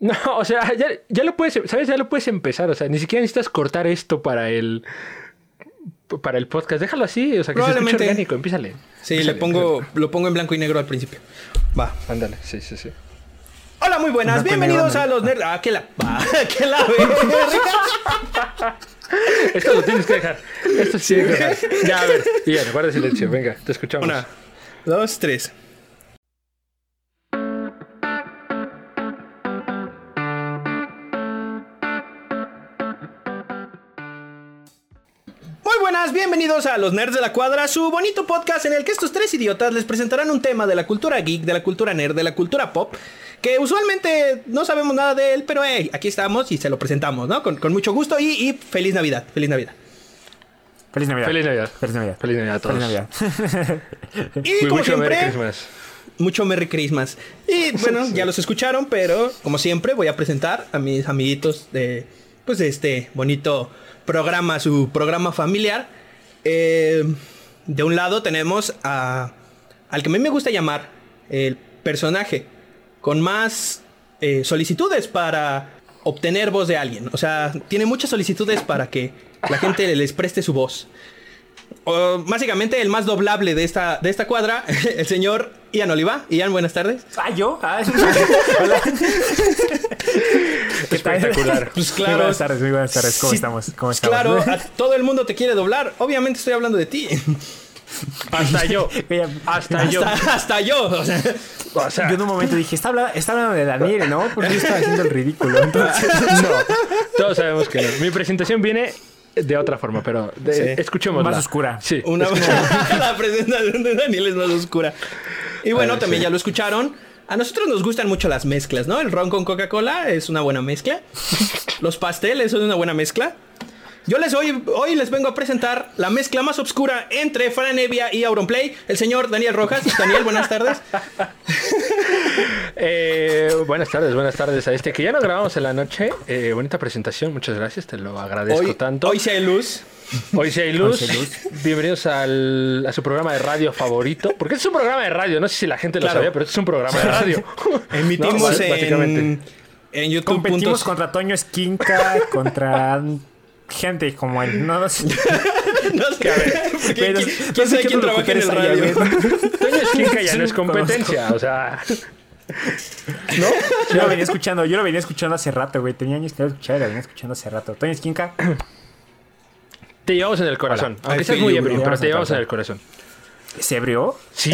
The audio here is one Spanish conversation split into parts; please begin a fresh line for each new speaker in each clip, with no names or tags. No, o sea, ya, ya lo puedes, ¿sabes? Ya lo puedes empezar, o sea, ni siquiera necesitas cortar esto para el para el podcast. Déjalo así, o sea, que se escuche
Probablemente.
orgánico, empízale.
Sí,
Empízale,
le pongo, lo pongo en blanco y negro al principio. Va.
empízale. Ándale, sí, sí, sí.
Hola, muy buenas.
Blanco y
Bienvenidos
negro,
a los nerds. Ah, que la. Ah, que la verga.
Esto lo tienes que dejar. Esto sí tienes que dejar. Ya, a ver. Bien, guarda silencio. Venga, te escuchamos.
Una, dos, tres. Muy buenas, bienvenidos a Los Nerds de la Cuadra, su bonito podcast en el que estos tres idiotas les presentarán un tema de la cultura geek, de la cultura nerd, de la cultura pop, que usualmente no sabemos nada de él, pero hey, aquí estamos y se lo presentamos, ¿no? Con, con mucho gusto y, y feliz Navidad, feliz Navidad.
Feliz Navidad.
Feliz Navidad.
Feliz Navidad.
Feliz Navidad a todos.
Feliz Navidad.
Y
We
como
wish you a Merry
siempre,
Christmas.
mucho Merry Christmas. Y bueno, ya los escucharon, pero como siempre voy a presentar a mis amiguitos de pues de este bonito programa, su programa familiar. Eh, de un lado tenemos a al que a mí me gusta llamar el personaje con más eh, solicitudes para obtener voz de alguien. O sea, tiene muchas solicitudes para que la gente les preste su voz. O, Oh, básicamente el más doblable de esta, de esta cuadra, el señor Ian Oliva. Ian, buenas tardes.
Ah, yo. Ah, hola. ¿Qué tal?
Espectacular.
Pues claro.
Muy buenas tardes, muy buenas tardes. ¿Cómo
Sí,
estamos? ¿Cómo
pues
estamos?
Claro, a todo el mundo te quiere doblar. Obviamente estoy hablando de ti.
Hasta yo.
Mira,
Hasta yo.
Hasta, hasta yo. o sea,
O sea,
yo en un momento dije, está hablando, está hablando de Daniel, ¿no? Porque yo estaba haciendo el ridículo. Entonces,
todos sabemos que no. Mi presentación viene de otra forma, pero de,
Sí.
escuchemos.
Más oscura.
Sí.
una la presentación de Daniel es más oscura. Y bueno,
Ah,
también
sí.
ya lo escucharon. A nosotros nos gustan mucho las mezclas, ¿no? El ron con Coca-Cola es una buena mezcla. Los pasteles son una buena mezcla. Yo les hoy, hoy les vengo a presentar la mezcla más oscura entre Franevia y Auronplay, el señor Daniel Rojas. Daniel, buenas tardes.
Eh, buenas tardes, buenas tardes a este que ya lo grabamos en la noche. Eh, bonita presentación, muchas gracias, te lo agradezco
Hoy,
tanto.
hoy sí hay luz.
Hoy sí hay luz.
Hoy sí hay luz.
Bienvenidos al- a su programa de radio favorito. Porque este es un programa de radio, no sé si la gente lo
Claro.
sabía, pero este es un programa de radio.
Emitimos
No, básicamente.
pues, en, en YouTube.
competimos
puntos-
contra Toño Esquinca, contra gente como él. No, no sé.
No sé, porque
Pero-
¿quién,
no
quién
sé
sabe
qué
quién trabaja en el
locutores hay,
radio?
a ver.
Toño Esquinca ya no es
Sí, conozco.
competencia, o sea. ¿No?
Yo lo venía escuchando, yo lo venía escuchando hace rato, güey. Tenía años que no lo escuchaba y lo venía escuchando hace rato. Toño Esquinca,
Te llevamos en el corazón.
Ay,
Aunque seas
sí,
muy
yo
ebrio,
creo.
pero te llevamos en el corazón.
¿se abrió?
Sí,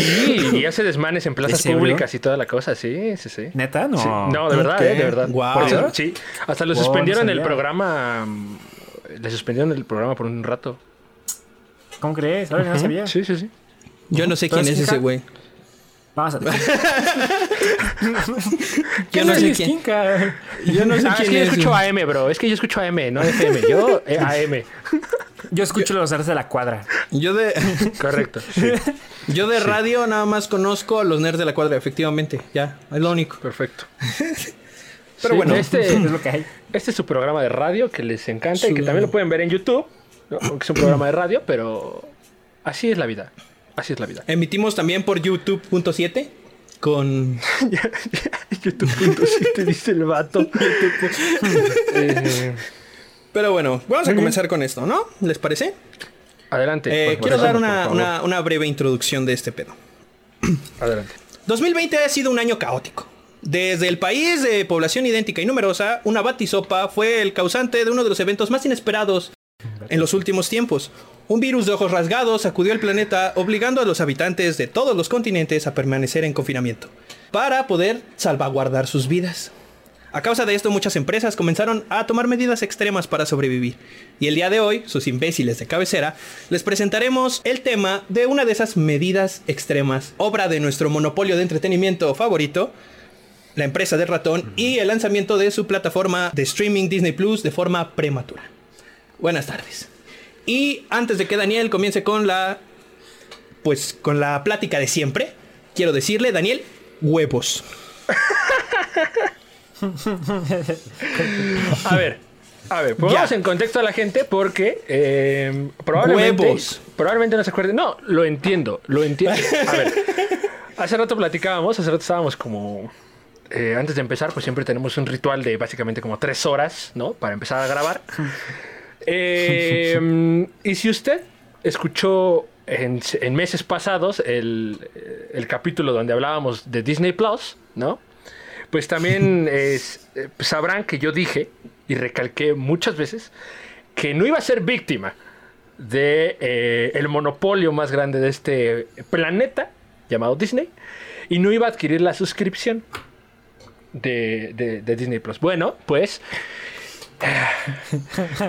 y hace desmanes en plazas
¿Es ebrio?
públicas y toda la cosa, sí, sí, sí.
¿Neta? No.
Sí, No, de verdad,
Ok.
eh, de verdad.
Guau.
Por eso, sí. Hasta lo
Wow,
suspendieron
no
el
sabía.
programa. mm, Le suspendieron el programa por un rato.
¿Cómo crees? Ahora no sabía.
Sí, sí, sí.
Yo no sé quién es ese güey.
Vamos a
Yo no sé quién. Yo no sé
Ah, es
quién
que yo
es.
escucho AM, bro. Es que yo escucho AM, no FM. Yo eh, AM.
Yo escucho los artes de la cuadra.
Yo de,
Correcto. Sí,
yo de radio nada más conozco a los nerds de la cuadra, efectivamente. Ya, es lo único.
perfecto.
Pero
Sí,
bueno,
Este,
Es lo que hay.
este es su programa de radio que les encanta y que
Su-
también lo pueden ver en YouTube. ¿no? Aunque es un programa de radio, pero así es la vida. Así es la vida.
emitimos también por YouTube.7 con
YouTube.7 dice el vato. Eh,
Pero bueno, vamos a comenzar con esto, ¿no? ¿Les parece?
adelante.
Eh,
por
quiero dar
favor,
una,
por favor.
una- una breve introducción de este pedo.
Adelante.
2020 ha sido un año caótico. Desde el país de población idéntica y numerosa, una batisopa fue el causante de uno de los eventos más inesperados en los últimos tiempos. Un virus de ojos rasgados sacudió el planeta, obligando a los habitantes de todos los continentes a permanecer en confinamiento, para poder salvaguardar sus vidas. A causa de esto, muchas empresas comenzaron a tomar medidas extremas para sobrevivir. Y el día de hoy, sus imbéciles de cabecera, les presentaremos el tema de una de esas medidas extremas, obra de nuestro monopolio de entretenimiento favorito, la empresa del ratón, y el lanzamiento de su plataforma de streaming Disney Plus de forma prematura. Buenas tardes. Y antes de que Daniel comience con la. Pues con la plática de siempre, quiero decirle, Daniel, huevos.
A ver, a ver, pongamos
Ya.
en contexto a la gente porque eh, probablemente,
Huevos.
probablemente no se acuerden. No, lo entiendo, lo entiendo. A ver, hace rato platicábamos, hace rato estábamos como eh, antes de empezar, pues siempre tenemos un ritual de básicamente como tres horas, ¿no? Para empezar a grabar. Eh, y si usted escuchó en, en meses pasados el, el capítulo donde hablábamos de Disney Plus, ¿no? Pues también es- eh, sabrán que yo dije y recalqué muchas veces que no iba a ser víctima de eh, el monopolio más grande de este planeta llamado Disney y no iba a adquirir la suscripción de, de- de Disney Plus. Bueno, pues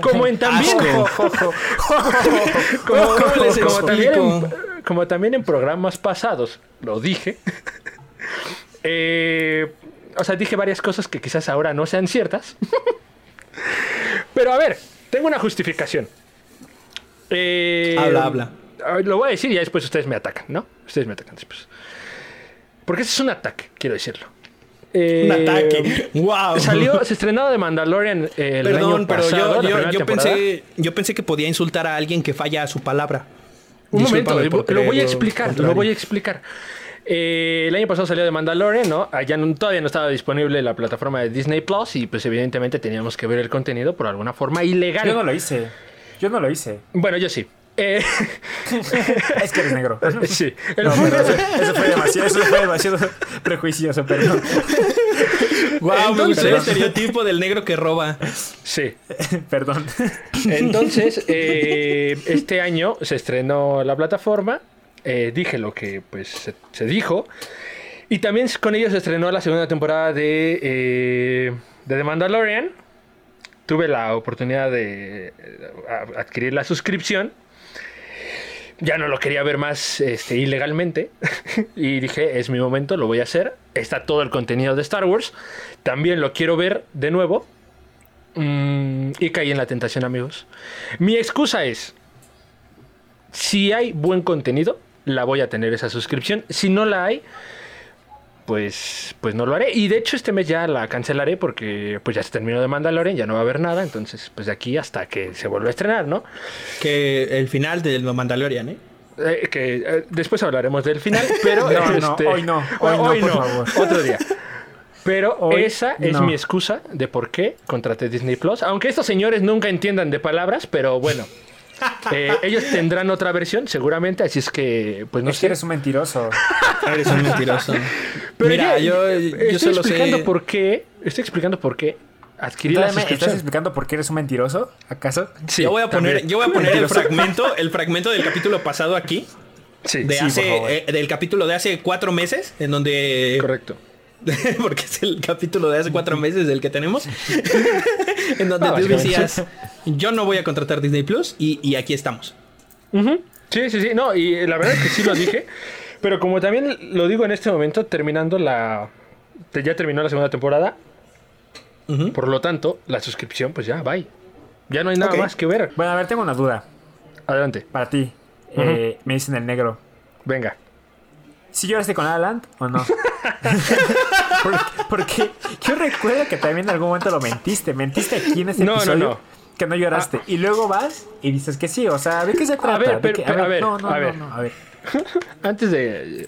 como en también
Asco.
como, como-
les
como también
explico?
en, como también en programas pasados lo dije. Eh, o sea, dije varias cosas que quizás ahora no sean ciertas. Pero a ver, tengo una justificación. Eh,
Habla, habla.
a ver, Lo voy a decir y ya después ustedes me atacan, ¿no? Ustedes me atacan después. Porque ese es un ataque, quiero decirlo.
Un
Eh,
ataque. Wow.
Salió, se estrenó The Mandalorian eh, el
Perdón,
año
pero
pasado, la
yo, yo-
primera
yo
temporada.
pensé, yo pensé que podía insultar a alguien que falla a su palabra.
Un momento, eh,
Discúlpame por
lo voy a
creerlo
explicar, lo
contrario.
voy a explicar. Eh, el año pasado salió de Mandalorian, ¿no? Allá no- todavía no estaba disponible la plataforma de Disney Plus y pues evidentemente teníamos que ver el contenido por alguna forma ilegal.
Yo no lo hice. Yo no lo hice.
Bueno, yo sí. Eh,
Es que eres negro.
sí. El
No,
punto
pero
es-
eso, eso fue demasiado, eso fue demasiado prejuicioso, pero
Wow, me
Entonces-
gustó el estereotipo del negro que roba.
sí.
perdón.
Entonces, eh, este año se estrenó la plataforma. eh, dije lo que pues se, se dijo. Y también con ello se estrenó la segunda temporada de, eh, de The Mandalorian. Tuve la oportunidad de eh, a- adquirir la suscripción. Ya no lo quería ver más este, ilegalmente. y dije, es mi momento, lo voy a hacer. Está todo el contenido de Star Wars. También lo quiero ver de nuevo. Mm, y caí en la tentación, amigos. Mi excusa es, si hay buen contenido, la voy a tener esa suscripción. Si no la hay, pues, pues no lo haré. Y de hecho este mes ya la cancelaré porque pues ya se terminó de Mandalorian, ya no va a haber nada. Entonces, pues de aquí hasta que se vuelva a estrenar, ¿no?
Que el final del Mandalorian, ¿eh?
Eh, que eh, después hablaremos del final, pero
No, no,
este,
hoy no, hoy no, por favor.
otro día. Pero
Hoy
esa es
no.
mi excusa de por qué contraté Disney Plus, aunque estos señores nunca entiendan de palabras, pero bueno. Eh, ellos tendrán otra versión seguramente, así es que pues no
Es que
sé.
eres un mentiroso.
Eres un mentiroso.
Pero
Mira, yo, yo
estoy
solo
explicando
sé.
por qué, estoy explicando por qué adquirí la
Dame, ¿Estás
suscripción.
explicando por qué eres un mentiroso? ¿Acaso?
Sí,
yo voy a poner,
también.
yo voy a poner el fragmento, el fragmento del capítulo pasado aquí,
Sí,
de
sí,
por favor.
hace, eh, del capítulo de hace cuatro meses, en donde
correcto.
porque es el capítulo de hace cuatro meses del que tenemos, en donde
Ah,
tú
básicamente.
decías, yo no voy a contratar Disney Plus y, y aquí estamos.
Ujú. Sí, sí, sí. No, y la verdad es que sí lo dije. pero como también lo digo en este momento, terminando la. te- Ya terminó la segunda temporada.
Ujú.
Por lo tanto, la suscripción, pues ya, bye. Ya no hay nada
Ok.
más que ver.
Bueno, a ver, tengo una duda
Adelante,
para ti. Eh, me dicen el negro.
venga.
¿Si lloraste con La La Land o no? porque, porque yo recuerdo que también en algún momento lo mentiste. Mentiste aquí en este
No, no,
episodio
no.
que no lloraste. Y luego vas y dices que sí. O sea, ¿de qué se trata?
ver,
¿De
pero-
qué?
pero, a ver,
no, no,
a
no,
ver.
no, a ver.
Antes de.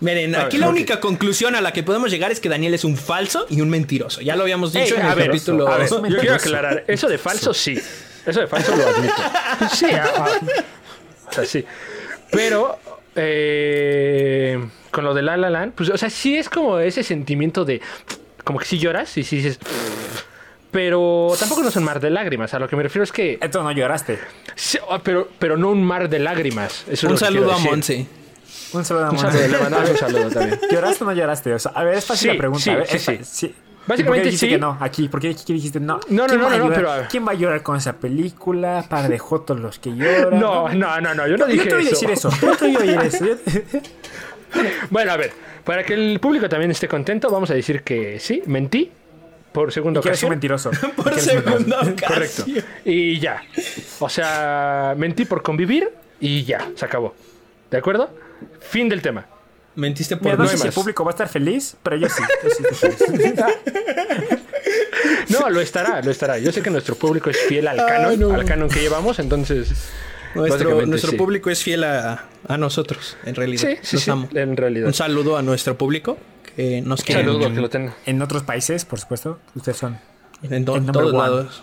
Miren,
A
aquí
ver,
la
Ah, ok.
única conclusión a la que podemos llegar es que Daniel es un falso y un mentiroso. Ya lo habíamos dicho
Ey,
en
a
el
ver,
capítulo.
a ver,
Eso me
yo quiero
interesa.
aclarar. Eso de falso, sí. Eso de falso lo admito. Sí, a- a- o sea, sí. Pero. eh, con lo de La La Land, pues, o sea, sí es como ese sentimiento de. Como que sí lloras y sí dices. Pero tampoco no es un mar de lágrimas. A lo que me refiero es que.
Esto no lloraste.
sí, ah, pero, pero no un mar de lágrimas. Eso es lo
Un
que
saludo
quiero
a
decir.
Monse.
Un saludo a
Un
Monse.
saludo, le mandamos un saludo también.
¿Lloraste o no lloraste? O sea, a ver, es fácil
Sí,
la pregunta.
sí,
a ver,
sí,
es fa-
sí.
¿Y por qué
Básicamente
dijiste
sí.
que no aquí? ¿Por qué aquí dijiste no?
No, no,
¿Quién
no,
va a
no, no,
llorar?
pero a ver.
¿Quién va a llorar con esa película? Para de jotos los que lloran.
No, no, no, no, yo no
yo
dije
te oí decir eso. Yo te oí oír eso. Yo-
Bueno, a ver, para que el público también esté contento, vamos a decir que sí, mentí por segunda
Que eres
ocasión.
un mentiroso. Que
Por
eres un mentiroso.
segunda
Correcto.
ocasión.
Y ya. O sea, mentí por convivir y ya, se acabó. ¿De acuerdo? Fin del tema.
Mentiste
Mira,
por
no
no
sé si el
más.
público va a estar feliz, pero yo sí. yo sí estoy feliz.
No, lo estará, lo estará. Yo sé que nuestro público es fiel al canon,
no.
al canon que llevamos, entonces.
Nuestro,
básicamente
nuestro
sí.
público es fiel a, a nosotros, en realidad.
Sí, sí,
Los
sí,
amo.
en realidad.
Un saludo a nuestro público, Eh, nos quieren
Saludos, que lo tengan.
En otros países, por supuesto, ustedes son.
en, to-
El number
todos
one.
lados.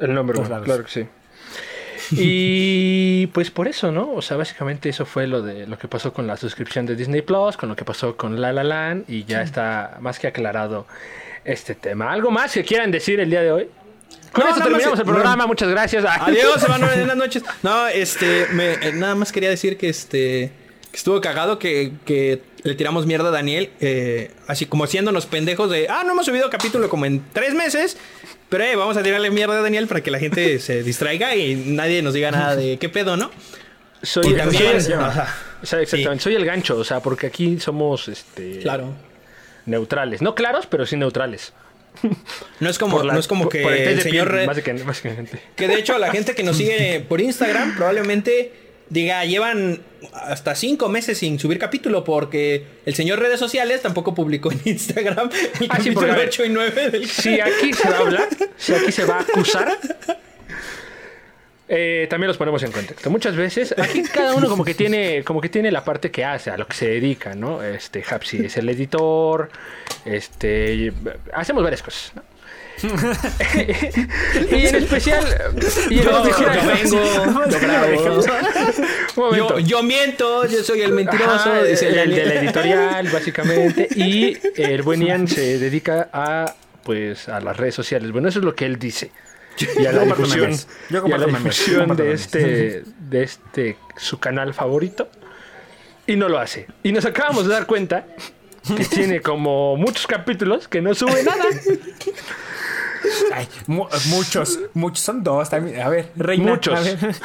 El nombre,
Todos
uno,
lados.
claro que sí. Y pues por eso, ¿no? O sea, básicamente eso fue lo de lo que pasó con la suscripción de Disney Plus, con lo que pasó con La La Land y ya está más que aclarado este tema. ¿Algo más que quieran decir el día de hoy? Con
No,
eso
nada más
terminamos
que-
el programa, muchas gracias.
Adiós, Emanuel, buenas noches. No, este, me- eh, nada más quería decir que este que estuvo cagado que, que le tiramos mierda a Daniel, eh, así como haciéndonos pendejos de, ah, no hemos subido capítulo como en tres meses, pero eh, vamos a tirarle mierda a Daniel para que la gente se distraiga y nadie nos diga nada de qué pedo, ¿no?
Soy,
Y
soy
también,
el-
ajá,
o sea, exactamente, soy el gancho, o sea, porque aquí somos este
claro.
neutrales. No claros, pero sí neutrales.
No es como,
Por la-
no es como
por-
que
por el test
el
de piel,
señor Red-
básica- básicamente.
Que de hecho la gente que nos sigue por Instagram probablemente diga, llevan hasta cinco meses sin subir capítulo porque el señor redes sociales tampoco publicó en Instagram el
Ah, sí,
capítulo
porque, a ver,
8 y 9 del
si aquí se va a hablar, si aquí se va a acusar, eh, también los ponemos en contexto. Muchas veces, aquí cada uno como que tiene, como que tiene la parte que hace, a lo que se dedica, ¿no? Este, Hapsi es el editor, este, y- hacemos varias cosas, ¿no? y en especial, y en
Yo,
especial-
yo vengo, yo grabo.
Un momento.
Yo, yo miento, yo soy el mentiroso,
Ajá,
dice
el, el de la
Daniel.
editorial, básicamente. Y el buen Ian se dedica a pues a las redes sociales. Bueno, eso es lo que él dice. Y a la
Yo comparto
difusión,
memes.
y
Yo
a la
comparto memes. Yo
difusión
comparto
de
memes.
este, de este su canal favorito. Y no lo hace. Y nos acabamos de dar cuenta que tiene como muchos capítulos que no sube nada.
Ay, mu- muchos, muchos, son dos también. A ver, reina.
Muchos.
a ver.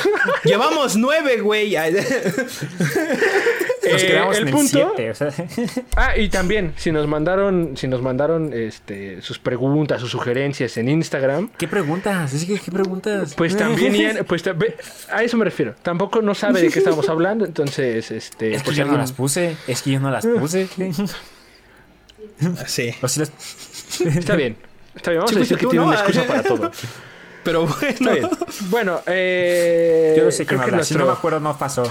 Llevamos nueve, güey. Ay,
Nos
Eh,
quedamos
el
en el
punto-
siete, o sea.
Ah, y también, si nos mandaron, si nos mandaron este, sus preguntas, sus sugerencias en Instagram,
¿Qué preguntas? Es que, ¿qué preguntas?
Pues también, Ian, pues ta- ve- a eso me refiero. Tampoco no sabe de qué estábamos hablando, entonces, este,
Es que
por si
yo no
alguien-
las puse. Es que yo no las puse.
Sí.
O si las-
está bien, está bien. Vamos
Sí,
a decir Ah,
fuiste
que
tú,
tiene
¿no?
una excusa para todo.
Pero bueno.
Bueno, eh,
Yo no sé qué
creo
me
que
hablas. Si
nuestro-
no me acuerdo, no pasó.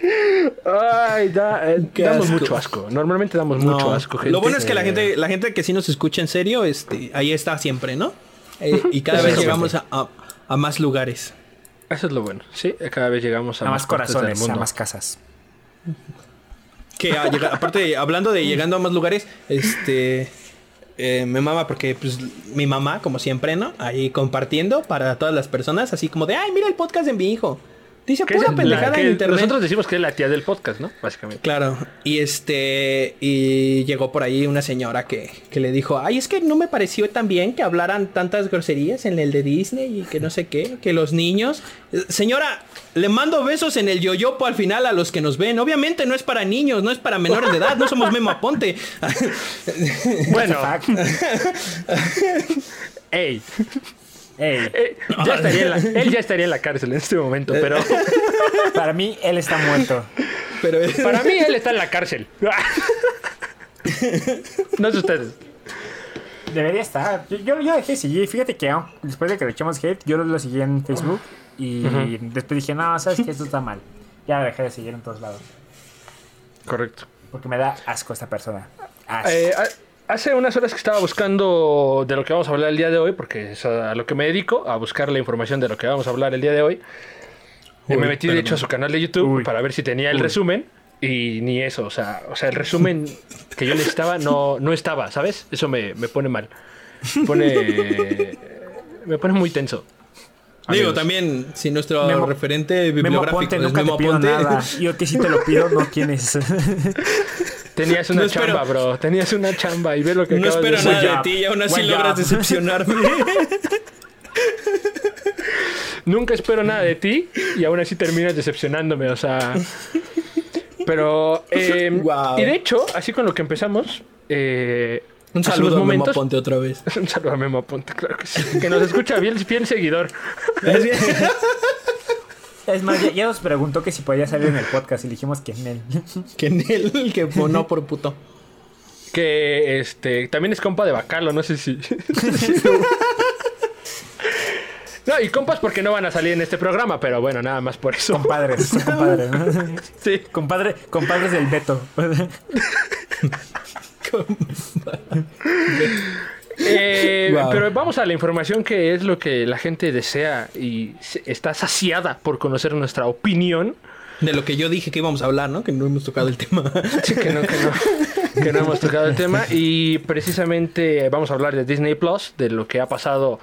Ay, da- eh,
Qué
damos
asco.
mucho asco. Normalmente damos
No,
mucho asco. Gente.
Lo bueno es que la
Eh,
gente, la gente que sí nos escucha en serio, este, ahí está siempre, ¿no? Eh, y cada
Eso
vez
es lo
llegamos a, a- a más lugares.
Eso es lo bueno. Sí, cada vez llegamos a,
A más
partes del
corazones, a
mundo.
más casas.
Que a llegar- aparte, hablando de llegando a más lugares, este eh, me mama porque pues, mi mamá, como siempre, ¿no? Ahí compartiendo para todas las personas, así como de ay, mira el podcast de mi hijo. Dice
Que es
pura
la-
pendejada
que
en internet.
Nosotros decimos que es la tía del podcast, ¿no? Básicamente.
Claro, y este, y llegó por ahí una señora que, que le dijo, ay, es que no me pareció tan bien que hablaran tantas groserías en el de Disney y que no sé qué, que los niños... Eh, Señora, le mando besos en el yoyopo al final a los que nos ven. Obviamente no es para niños, no es para menores de edad, no somos Memo Aponte.
Bueno,
Fuck.
ey,
Ey,
eh, ya estaría en la- él ya estaría en la cárcel en este momento, pero
para mí, él está muerto.
Pero
Para mí, él está en la cárcel. No sé ustedes.
Debería estar. Yo, yo, yo dejé de seguir. Fíjate que ah, después de que le echamos hate, yo lo, lo seguí en Facebook. Y después dije, no, sabes que esto está mal. Ya lo dejé de seguir en todos lados.
Correcto.
Porque me da asco esta persona. Asco.
Eh, hace unas horas que estaba buscando de lo que vamos a hablar el día de hoy, porque es a lo que me dedico, a buscar la información de lo que vamos a hablar el día de hoy. Y me
Uy,
metí, de
perdón.
hecho, a su canal de YouTube
Uy.
para ver si tenía el resumen. Y ni eso, o sea, o sea, el resumen que yo necesitaba no, no estaba, ¿sabes? Eso me, me pone mal. Me Pone, me pone muy tenso.
digo,
Amigos.
también, si nuestro
Memo-
referente
Memo
bibliográfico
Aponte,
es
nunca te
Memo
pido
Aponte,
nada. Yo que si te lo pido, no tienes.
Tenías una
No espero-
chamba, bro. Tenías una chamba y ve lo que
no
acabas de
espero
hacer.
nada de
job,
ti y aún así
buen
logras
job.
decepcionarme.
Nunca espero nada de ti y aún así terminas decepcionándome, o sea. Pero. eh,
Wow.
Y de hecho, así con lo que empezamos. eh,
Un
hace unos
saludo a Memo
momentos-
Aponte otra vez.
Un saludo a Memo Aponte, claro que sí. Que nos escucha bien, bien seguidor.
es más, ya, ya nos preguntó que si podía salir en el podcast y le dijimos que en él.
que en él, el que fue, no por puto.
Que este también es compa de Bacalo, no sé si. No, y compas porque no van a salir en este programa, pero bueno, nada más por eso.
Compadres, son compadres. ¿no?
Sí.
Compadre, compadres del Beto.
Eh,
Wow.
Pero vamos a la información que es lo que la gente desea y se- está saciada por conocer nuestra opinión.
De lo que yo dije que íbamos a hablar, ¿no? Que no hemos tocado el tema.
Sí, que no, que no, que no hemos tocado el tema. Y precisamente vamos a hablar de Disney Plus, de lo que ha pasado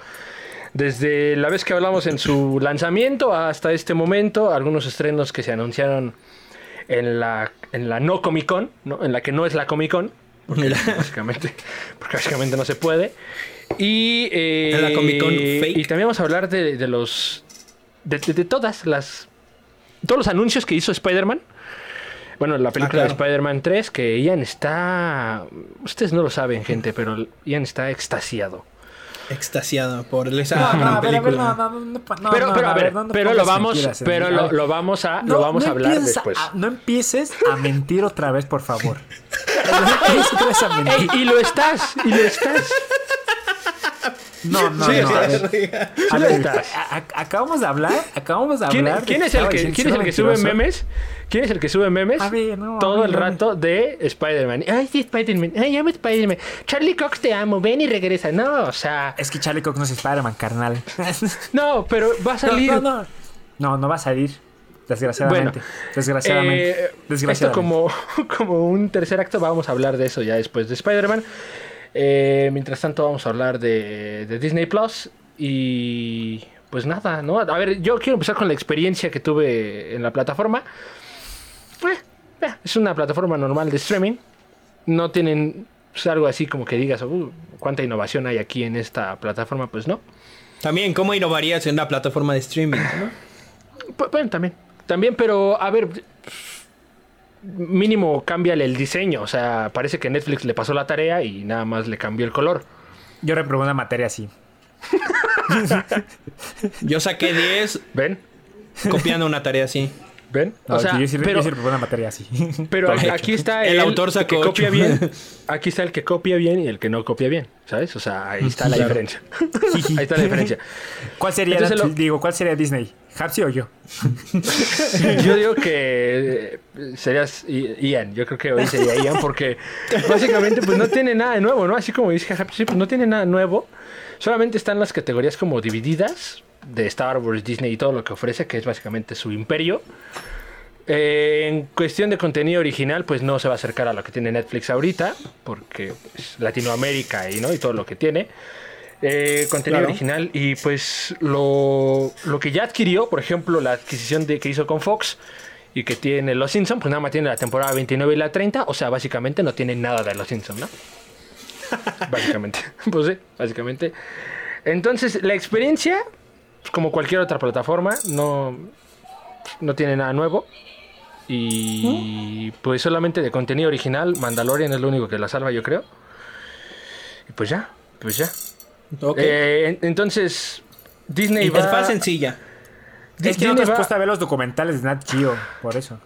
desde la vez que hablamos en su lanzamiento hasta este momento, algunos estrenos que se anunciaron en la, en la no Comic Con, ¿no? en la que no es la Comic Con,
En la,
básicamente, porque básicamente no se puede. Y, eh,
En la Comic Con fake.
y también vamos a hablar de, de los. De, de- de todas las. Todos los anuncios que hizo Spider-Man. Bueno, la película
Ah, claro.
de Spider-Man 3, que Ian está. Ustedes no lo saben, gente, pero Ian está extasiado.
extasiado por esa
No, no,
gran
a ver, a ver,
película.
no, no, no, no, no,
pero,
no,
pero, a ver,
no te
pero lo
pongas
vamos.
mentiras, ¿eh?
pero
A
lo,
ver,
lo vamos a,
no,
lo vamos
no
a hablar
empieces a-
después.
a- no empieces a mentir otra vez, por favor. No empieces a
Ey,
mentir.
y lo estás, y lo estás.
No, no,
Sí,
no. a ver. A
Sí
ver,
lo estás.
a- a- acabamos de hablar, acabamos de
¿Quién,
hablar. de
quién es el
estaba
que,
diciendo
quién es
era
el que sube
mentiroso.
memes? ¿Quién es el que sube memes?
A ver, no, a
Todo
ver,
el
no me-
rato de Spider-Man. Ay, sí, Spider-Man. Ay, amo Spider-Man. Charlie Cox te amo. Ven y regresa. No, o sea.
Es que Charlie Cox no es Spider-Man, carnal.
No, pero va a salir.
No, no, no. No, no va a salir. Desgraciadamente. desgraciadamente.
Eh, Esto
desgraciadamente.
como, como un tercer acto, vamos a hablar de eso ya después de Spider-Man. Eh, mientras tanto, vamos a hablar de, de Disney Plus. Y pues nada, ¿no? A ver, yo quiero empezar con la experiencia que tuve en la plataforma. Eh, eh, es una plataforma normal de streaming. No tienen pues, algo así como que digas, "Uh, ¿cuánta innovación hay aquí en esta plataforma? Pues no.
También, ¿cómo innovarías en una plataforma de streaming? ¿no?
Pu- Bueno, también. También, pero a ver. Mínimo cámbiale el diseño. O sea, parece que Netflix le pasó la tarea y nada más le cambió el color.
Yo reprobé una materia así.
Yo saqué 10
¿Ven?
copiando una tarea así.
¿Ven?
No,
o sea,
yo, Ah, sí,
pero,
yo sí reprobé una materia así.
pero aquí- aquí está
El
el,
autor sacó
que copia
ocho.
bien. Aquí está el que copia bien y el que no copia bien. ¿Sabes? O sea, ahí está la
Claro.
diferencia. Ahí está la diferencia.
¿Cuál sería,
Entonces lo-
digo, cuál sería Disney? ¿Hapsi o yo?
Yo digo que eh, serías I- Ian. Yo creo que hoy sería Ian porque básicamente pues no tiene nada de nuevo, ¿no? Así como dice Jaja, pues, sí, pues no tiene nada nuevo. Solamente están las categorías como divididas de Star Wars, Disney y todo lo que ofrece, que es básicamente su imperio. Eh, en cuestión de contenido original, pues no se va a acercar a lo que tiene Netflix ahorita, porque es Latinoamérica y, ¿no? y todo lo que tiene. Eh, contenido
Claro.
original y pues lo, lo que ya adquirió, por ejemplo, la adquisición de, que hizo con Fox y que tiene Los Simpsons, pues nada más tiene la temporada 29 y la 30, o sea, básicamente no tiene nada de Los Simpsons, ¿no? básicamente, pues sí, básicamente. Entonces, la experiencia, pues, como cualquier otra plataforma, no, no tiene nada nuevo. Y pues solamente de contenido original, Mandalorian es lo único que la salva, yo creo. Y pues ya, pues ya.
Ok.
Eh, en- entonces, Disney va...
Interfaz sencilla.
Di-
es que no
Disney
te has
va-
puesto a ver los documentales de Nat Geo, por eso.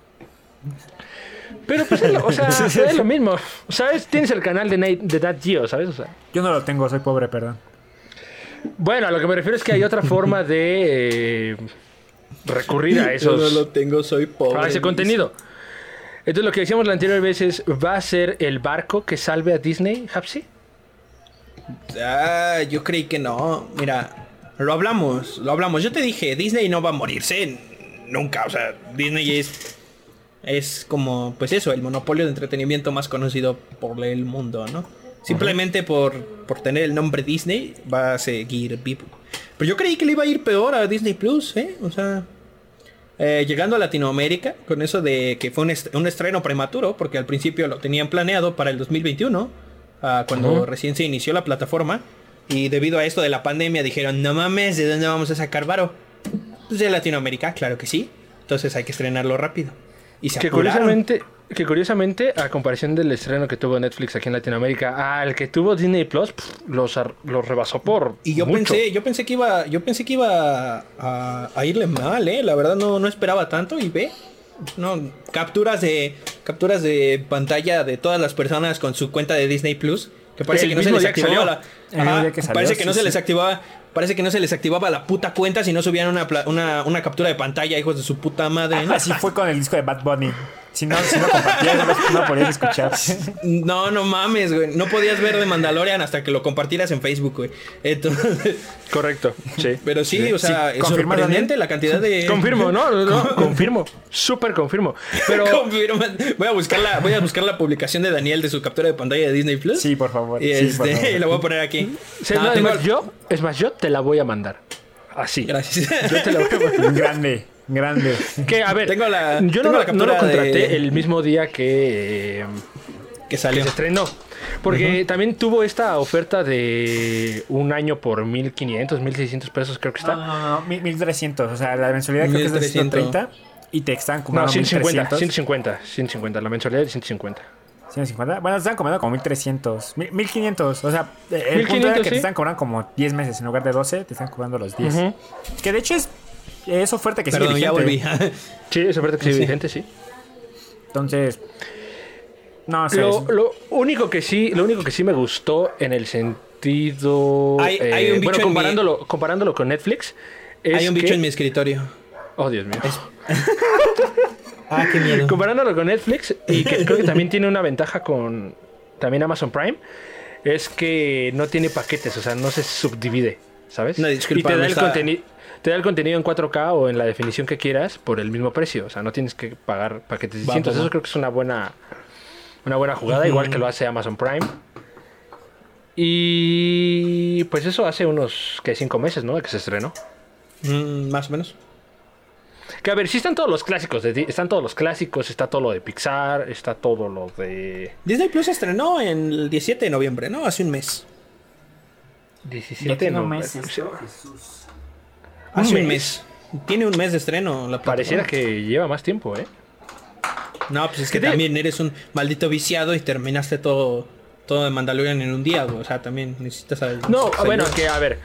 Pero pues es lo, o sea, es lo mismo. ¿Sabes? Tienes el canal de, Nate- de Nat Geo, ¿sabes? O sea,
Yo no lo tengo, soy pobre, perdón.
bueno, a lo que me refiero es que hay otra forma de eh, recurrir a esos...
tengo, soy pobre.
a ese contenido. Entonces lo que decíamos la anterior vez es, ¿va a ser el barco que salve a Disney, Hapsi?
Ah, yo creí que no. Mira, lo hablamos, lo hablamos. Yo te dije, Disney no va a morirse nunca. O sea, Disney es. Es como, pues eso, el monopolio de entretenimiento más conocido por el mundo, ¿no? Simplemente por, por tener el nombre Disney va a seguir vivo. Pero yo creí que le iba a ir peor a Disney Plus, ¿eh? O sea, eh, llegando a Latinoamérica, con eso de que fue un, est- un estreno prematuro, porque al principio lo tenían planeado para el 2021, ah, cuando
Ujú.
recién se inició la plataforma, y debido a esto de la pandemia dijeron, no mames, ¿de dónde vamos a sacar varo? Pues de Latinoamérica, claro que sí, entonces hay que estrenarlo rápido. Y se
Que
apuraron.
curiosamente, que curiosamente, a comparación del estreno que tuvo Netflix aquí en Latinoamérica, al que tuvo Disney Plus, pf, los, ar- los rebasó por.
Y yo
mucho.
pensé, yo pensé que iba, yo pensé que iba a, a irle mal, eh. La verdad no, no esperaba tanto y ve. No, capturas de. Capturas de pantalla de todas las personas con su cuenta de Disney Plus Que parece
El
que no se
mismo
les
día que
activaba la.
salió.
El mismo
Ajá,
día que salió,
parece que
sí,
no se
sí.
les activaba. Parece que no se les activaba la puta cuenta si no subían una, pla- una, una captura de pantalla, hijos de su puta madre. ¿no?
Así fue con el disco de Bad Bunny. Si no, si no compartías, no lo- no lo podías escuchar.
No, no mames, güey. No podías ver de Mandalorian hasta que lo compartieras en Facebook, güey. Entonces,
Correcto, sí.
pero eh, sí, o sea, es
¿Confirmas,
sorprendente
Daniel?
la cantidad de.
Confirmo, no, no, no, confirmo. Súper confirmo. Pero
Confirma. Voy a buscar la, voy a buscar la publicación de Daniel de su captura de pantalla de Disney Plus.
Sí, por favor.
Y
sí, por
este,
favor.
la voy a poner aquí.
sí,
Ah,
no, es,
tengo-
más, yo, es más, yo te la voy a mandar. Así.
Gracias.
Yo te la voy a mandar.
Grande, grande.
Que, a ver,
Tengo la-
yo
tengo
no,
la
lo- no
captura
lo contraté
de-
el mismo día que, eh,
que
que
salió.
se estrenó. Porque también tuvo esta oferta de un año por 1500, 1600 pesos, creo que está.
Ah, mil- 1300, o sea, la mensualidad creo que es de
1300.
130 y te están
No,
comiendo
150,
1300.
150, 150, la mensualidad de 150.
150. Bueno, te están cobrando como 1300. mil- 1500. O sea, eh, el punto
1500,
era que
sí.
te están cobrando como 10 meses. En lugar de 12, te están cobrando los 10.
Ujú.
Que de hecho es, es oferta que sigue
Perdón, ya volví.
vigente.
Sí, es oferta que sí,
Sí.
vigente, sí.
Entonces, no sé.
Lo,
es-
lo único que sí, lo único que sí me gustó en el sentido. eh,
Hay- hay un bicho
bueno,
en
comparándolo, comparándolo con Netflix. es
Hay un bicho
que-
en mi escritorio.
Oh, Dios mío.
Ah, qué miedo.
Comparándolo con Netflix, y que creo que también tiene una ventaja con también Amazon Prime, es que no tiene paquetes, o sea, no se subdivide, ¿sabes?
No,
y
disculpa,
te da,
me
el
está-
conteni- te da el contenido en 4K o en la definición que quieras por el mismo precio, o sea, no tienes que pagar paquetes
Va,
distintos.
va, va.
Eso creo que es una buena, una buena jugada, igual que lo hace Amazon Prime. Y pues eso hace unos que cinco meses, ¿no? De que se estrenó.
Mm, más o menos.
Que a ver, sí están todos los clásicos de Di- están todos los clásicos, está todo lo de Pixar, está todo lo de
Disney Plus se estrenó en el 17 de noviembre, ¿no? Hace un mes.
17
ya
de
tengo
noviembre.
meses,
Sí,
¿no? Jesús.
Hace
¿Un
un mes. Tiene un mes de estreno la
Pareciera
plataforma.
que lleva más tiempo, ¿eh?
No, pues es que
¿Qué te-
también eres un maldito viciado y terminaste todo, todo de Mandalorian en un día, güey. O sea, también necesitas al-
No, ah,
al-
bueno, que a ver.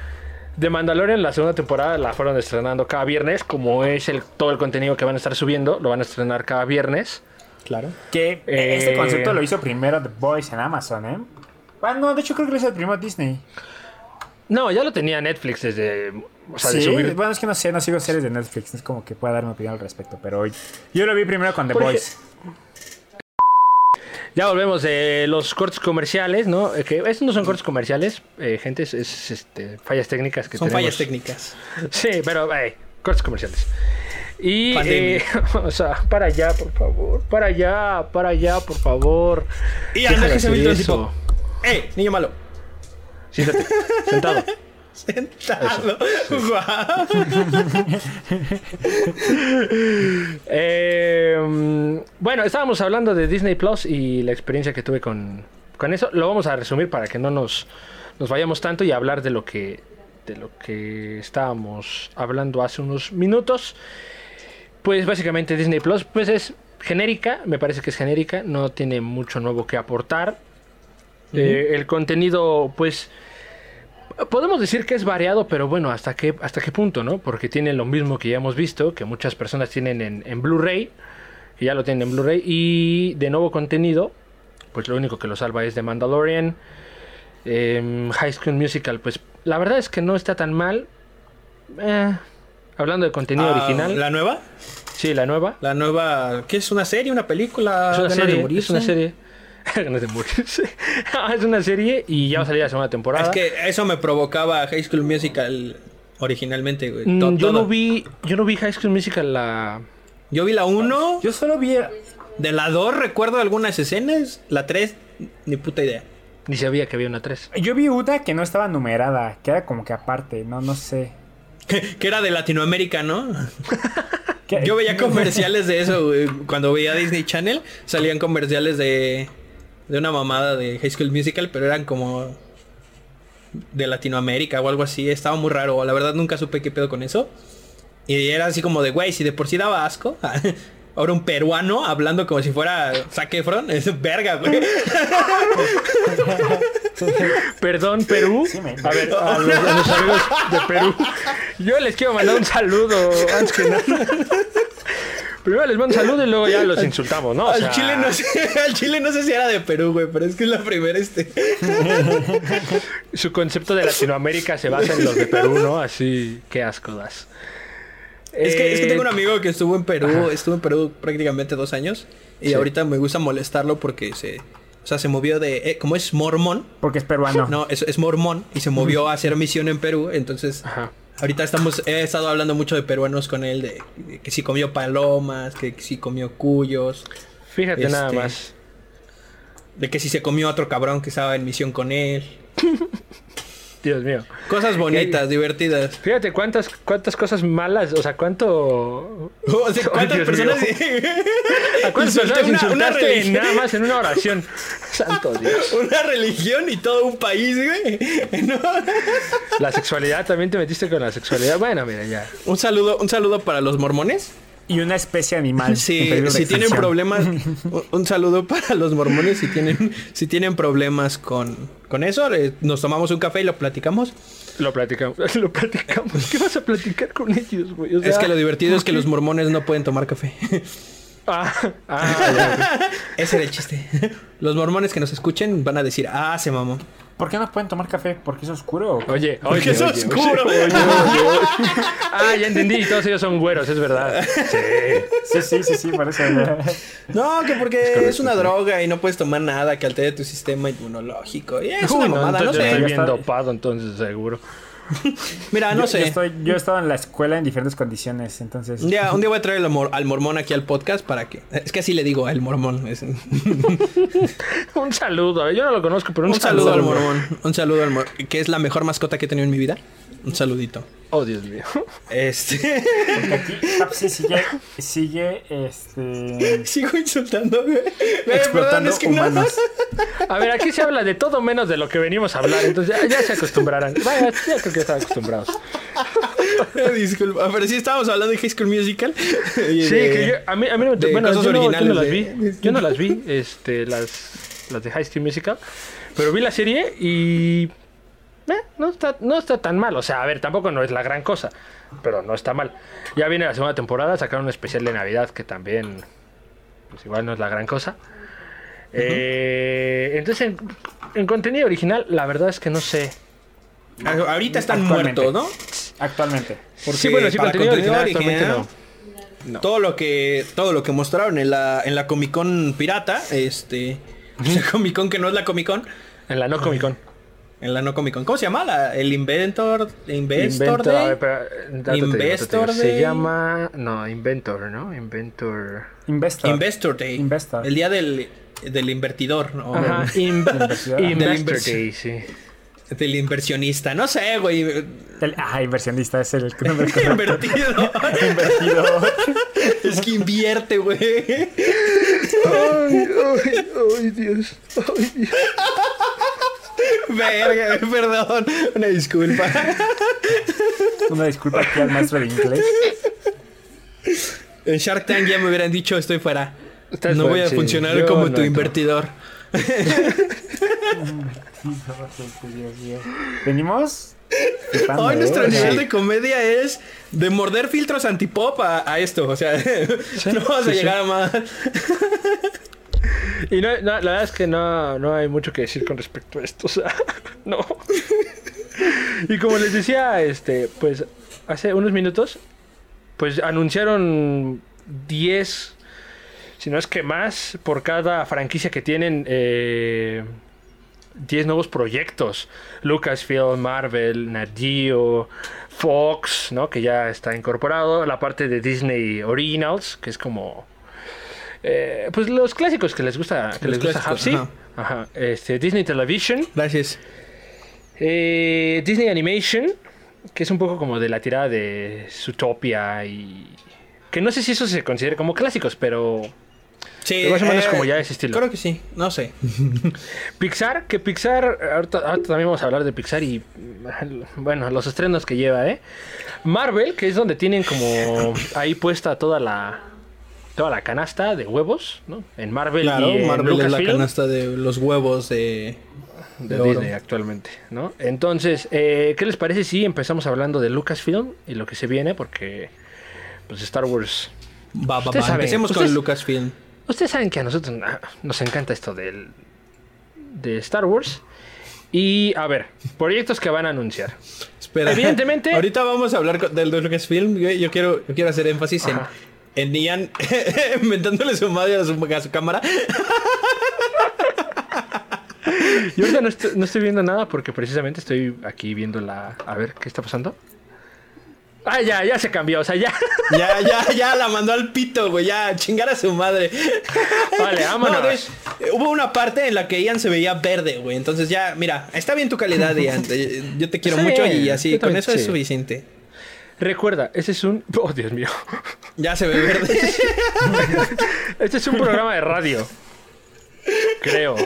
De Mandalorian la segunda temporada la fueron estrenando cada viernes, como es el todo el contenido que van a estar subiendo, lo van a estrenar cada viernes.
Claro.
Que
Eh,
este concepto lo hizo primero The Boys en Amazon, ¿eh? Ah, no, de hecho creo que lo hizo el primero Disney.
No, ya lo tenía Netflix desde o sea, de
sí,
subir.
bueno, es que no sé, no sigo series de Netflix, no es como que pueda dar mi opinión al respecto, pero hoy- yo lo vi primero con The
Por
Boys.
Ya volvemos de los cortes comerciales, ¿no? Eh, Que estos no son cortes comerciales, eh, gente, es, es, este, fallas técnicas que
Son
tenemos.
fallas técnicas.
Sí, pero eh, cortes comerciales. Y
Pandemia.
eh, o sea, para allá, por favor, para allá, para allá, por favor.
Y
Deja
anda
de
que se
hacer
ve el
eso.
tipo. ¡Eh! Niño malo.
Siéntate, sentado.
Sentado. Guau.
Eh, mm, bueno, estábamos hablando de Disney Plus y la experiencia que tuve con, con eso. Lo vamos a resumir para que no nos, nos vayamos tanto y hablar de lo que de lo que estábamos hablando hace unos minutos. Pues básicamente Disney Plus pues es genérica, me parece que es genérica, no tiene mucho nuevo que aportar. Eh, el contenido pues Podemos decir que es variado, pero bueno, ¿hasta qué, hasta qué punto, no? Porque tiene lo mismo que ya hemos visto, que muchas personas tienen en, en Blu-ray, que ya lo tienen en Blu-ray, y de nuevo contenido, pues lo único que lo salva es The Mandalorian, em, High School Musical, pues la verdad es que no está tan mal. Eh, hablando de contenido
Ah,
original,
¿La nueva?
sí, la nueva.
La nueva. ¿Qué es? ¿Una serie? ¿Una película?
Es una
¿Ganas de
serie, es
morirse?
una serie. Ganas de morirse. Ah, es una serie y ya va a salir la segunda temporada.
Es que eso me provocaba High School Musical originalmente, güey.
Mm,
To-
yo
todo.
no vi yo no vi High School Musical la
Yo vi la 1.
Yo solo vi.
De la 2 recuerdo algunas escenas. La 3, ni puta idea.
ni sabía que había una 3.
Yo vi una que no estaba numerada, que era como que aparte, no, no sé.
Que, que era de Latinoamérica, ¿no?
Que-
Yo veía comerciales de eso, güey. Cuando veía Disney Channel, salían comerciales de, de una mamada de High School Musical, pero eran como de Latinoamérica o algo así. Estaba muy raro. La verdad nunca supe qué pedo con eso. Y era así como de, güey, si de por sí daba asco. Ahora un peruano hablando como si fuera Zac Efron. Es verga, güey.
Perdón, Perú.
Sí, me-
A ver, a los, a los amigos de Perú. Yo les quiero mandar un saludo antes que nada. Primero les mando saludos y luego ya los insultamos, ¿no? O sea,
Al, chile no sé, al chile no sé si era de Perú, güey, pero es que es la primera este.
Su concepto de Latinoamérica se basa en los de Perú, ¿no? Así, qué asco das. Eh,
Es que, es que tengo un
una
amigo que estuvo en Perú, estuvo en Perú prácticamente dos años y ahorita me gusta molestarlo porque se, o sea, se movió de, eh, como es mormón,
Porque es
Ah,
peruano.
no, es, es mormón y se movió a hacer misión en Perú, entonces
Ajá.
ahorita estamos, he estado hablando mucho de peruanos con él, de, de que si comió palomas, que si comió cuyos,
Fíjate nada
Este,
más.
de que si se comió a otro cabrón que estaba en misión con él,
Dios mío.
cosas bonitas, divertidas.
Fíjate cuántas, cuántas cosas malas, o sea, cuánto.
O sea, ¿cuántas
Dios
personas...
mío. ¿A cuántas
Insulté
personas
una- una
insultaste en
religión.
nada más en una oración? Santo Dios.
Una religión y todo un país, güey. No.
La sexualidad, también te metiste con la sexualidad. Bueno, mira, ya.
Un saludo, un saludo para los mormones.
Y una especie animal. en
Si,
peligro de
si tienen
extinción.
problemas, un- un saludo para los mormones. Si tienen, si tienen problemas con, con eso, eh, nos tomamos un café y lo platicamos.
Lo platicamos. Lo platicamos. ¿Qué vas a platicar con ellos, güey? O sea,
Es que lo divertido es que los mormones no pueden tomar café.
Ah, ah, ya.
Ese era el chiste. Los mormones que nos escuchen van a decir, ah, se mamó.
¿Por qué no pueden tomar café? ¿Porque es oscuro? o qué?
Oye,
Porque
oye,
es
oye, oye,
oscuro.
oye, oye, oye. Ah, ya entendí. y Todos ellos son güeros, es verdad. Sí.
Sí, sí, sí, sí, parece.
No, que porque es, una droga y no puedes tomar nada que altere tu sistema inmunológico. Y es
Uy,
una
no,
mamada, no
entonces yo
sé.
estoy bien
Está-
dopado, entonces seguro.
Mira, no
yo,
sé.
Yo, estoy- yo he estado en la escuela en diferentes condiciones, entonces.
Un día, un día voy a traer al, mor- al mormón aquí al podcast para que... Es que así le digo, el mormón. es-
Un saludo. a ver, Yo no lo conozco, pero un,
Un saludo al
güey.
mormón. Un saludo al mormón. Que es la mejor mascota que he tenido en mi vida. Un saludito.
Oh, Dios mío.
Este.
Aquí ah, sí, sigue, sigue este.
Sigo insultando, güey. Güey, Eh, perdón,
Explotando
es que no-
humanos.
A ver, aquí se habla de todo menos de lo que venimos a hablar, entonces ya, ya se acostumbrarán. Vaya, ya creo que ya están acostumbrados.
Disculpa, pero sí estábamos hablando de High School Musical. Sí,
Sí, que yo, a mí, a mí no me
de
bueno,
cosas
yo no, yo no
originales
las
de-
vi. Yo no las vi, este, las, las de High School Musical. Pero vi la serie y. eh, no, está, no está tan mal. O sea, a ver, tampoco no es la gran cosa. Pero no está mal. Ya viene la segunda temporada, sacaron un especial de Navidad que también. Pues igual no es la gran cosa. Eh, entonces, en, en contenido original, la verdad es que no sé.
Ahorita están
Actualmente.
muertos, ¿no?
Actualmente.
Porque
sí, bueno, sí,
para ¿eh?
contenido,
contenido
original, actualmente
original, Todo lo que todo lo que mostraron en la en la Comic Con pirata, este, la Comic Con que no es la Comic Con,
no. En la no Comic Con.
en la no Comic Con, ¿cómo se llama? La- el Inventor, Investor
Inventor,
Day.
a ver, espera, ahorita te digo, ahorita te
Investor
digo.
Day.
Se llama. No, Inventor, ¿no? Inventor.
Investor.
Investor Day.
Investor.
El día del, del invertidor, ¿no?
Ajá, in-
Inversión.
Investor
Inversión.
Day, sí.
Del inversionista. No sé, güey.
El- ah, inversionista es el nombre correcto.
Invertido.
Invertido.
es que invierte, güey.
Ay, ay, ay, Dios. Ay, Dios.
Verga, perdón. Una disculpa.
Una disculpa aquí al maestro de inglés.
En Shark Tank ya me hubieran dicho estoy fuera.
Estás
no
fuera,
voy a
sí.
funcionar
Yo no
como tu
entro.
invertidor.
Dios mío. Venimos.
Ah,
flipando,
Hoy
¿eh?
nuestro
O sea,
nivel de comedia es de morder filtros antipop a, a esto. O sea, no vas
sí, sí.
a llegar a más.
Y no, no, la verdad es que no, no hay mucho que decir con respecto a esto, o sea, no. Y como les decía, este, pues hace unos minutos, pues anunciaron 10, si no es que más, por cada franquicia que tienen, eh, 10 nuevos proyectos. Lucasfilm, Marvel, Nadio, Fox, ¿no? Que ya está incorporado. La parte de Disney Originals, que es como... eh, pues los clásicos que les gusta, que
Los
les gusta
clásicos,
Hapsi. Ajá. Este, Disney Television.
Gracias.
Eh, Disney Animation, que es un poco como de la tirada de Zootopia y... Que no sé si eso se considera como clásicos, pero...
Sí, eh,
Pero más o menos como ya ese estilo.
Creo que sí, no sé.
Pixar, que Pixar... Ahorita, ahorita también vamos a hablar de Pixar y... Bueno, los estrenos que lleva, ¿eh? Marvel, que es donde tienen como... Ahí puesta toda la... Toda la canasta de huevos, ¿no? En Marvel
Claro,
y en
Marvel es la
Lucasfilm.
canasta de los huevos de,
de
de oro.
Disney actualmente, ¿no? Entonces, eh, ¿qué les parece si empezamos hablando de Lucasfilm y lo que se viene? Porque pues Star Wars
Va, va,
Ustedes
va.
saben.
Empecemos con
Ustedes-
Lucasfilm.
Ustedes saben que a nosotros na- nos encanta esto del, de Star Wars. Y a ver, proyectos que van a anunciar.
Espera.
Evidentemente-
Ahorita vamos a hablar con- del de Lucasfilm. Yo, yo quiero, yo quiero hacer énfasis en,
Ajá.
en Ian inventándole su madre a su, a su cámara.
Yo ahorita no estoy, no estoy viendo nada porque precisamente estoy aquí viendo la... A ver, ¿qué está pasando? Ah, ya, ya se cambió, o sea, ya.
Ya, ya, ya la mandó al pito, güey. Ya, a chingar a su madre.
Vale, vámonos.
de- eh, hubo una parte en la que Ian se veía verde, güey. Entonces ya, mira, está bien tu calidad, Ian. Eh, Yo te quiero
Sí,
mucho y así,
yo
con
también,
eso es
sí.
suficiente.
Recuerda, ese es un... Oh, Dios mío.
Ya se ve verde.
Este es un programa de radio. Creo.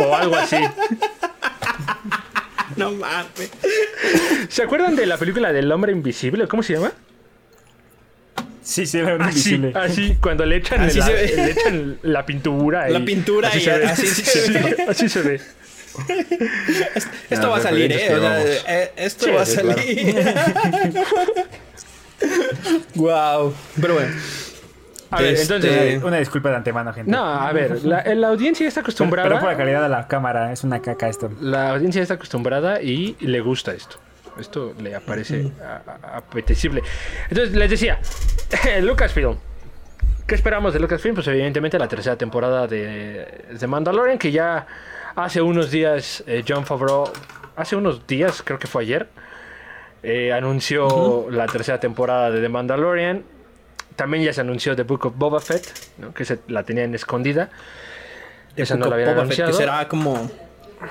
O algo así.
no mames.
¿Se acuerdan de la película del hombre invisible? ¿Cómo se llama?
Sí, sí, era un
Así,
invisible.
así, cuando le echan,
Ah, Así
la,
se ve.
le echan la pintura.
La
y
pintura y así se
Sí,
ve.
así se ve.
Esto va a salir,
referentes que
eh. O sea,
vamos.
eh, esto
Sí,
va a
sí,
claro.
salir. wow. Pero bueno.
A ver,
Este,
entonces.
Eh, Una disculpa de antemano, gente.
No, a ver, la, la audiencia está
Pero-
acostumbrada.
pero por la calidad de la cámara, es una caca esto.
La audiencia está acostumbrada y le gusta esto. Esto le parece a- a- apetecible. Entonces, les decía, Lucasfilm. ¿Qué esperamos de Lucasfilm? Pues evidentemente la tercera temporada de, de Mandalorian, que ya hace unos días eh, John Favreau, hace unos días, creo que fue ayer, eh, anunció la tercera temporada de The Mandalorian. También ya se anunció The Book of Boba Fett, ¿no? que se, la tenían escondida. Esa no la habían
Boba Fett, que
anunciado.
será como.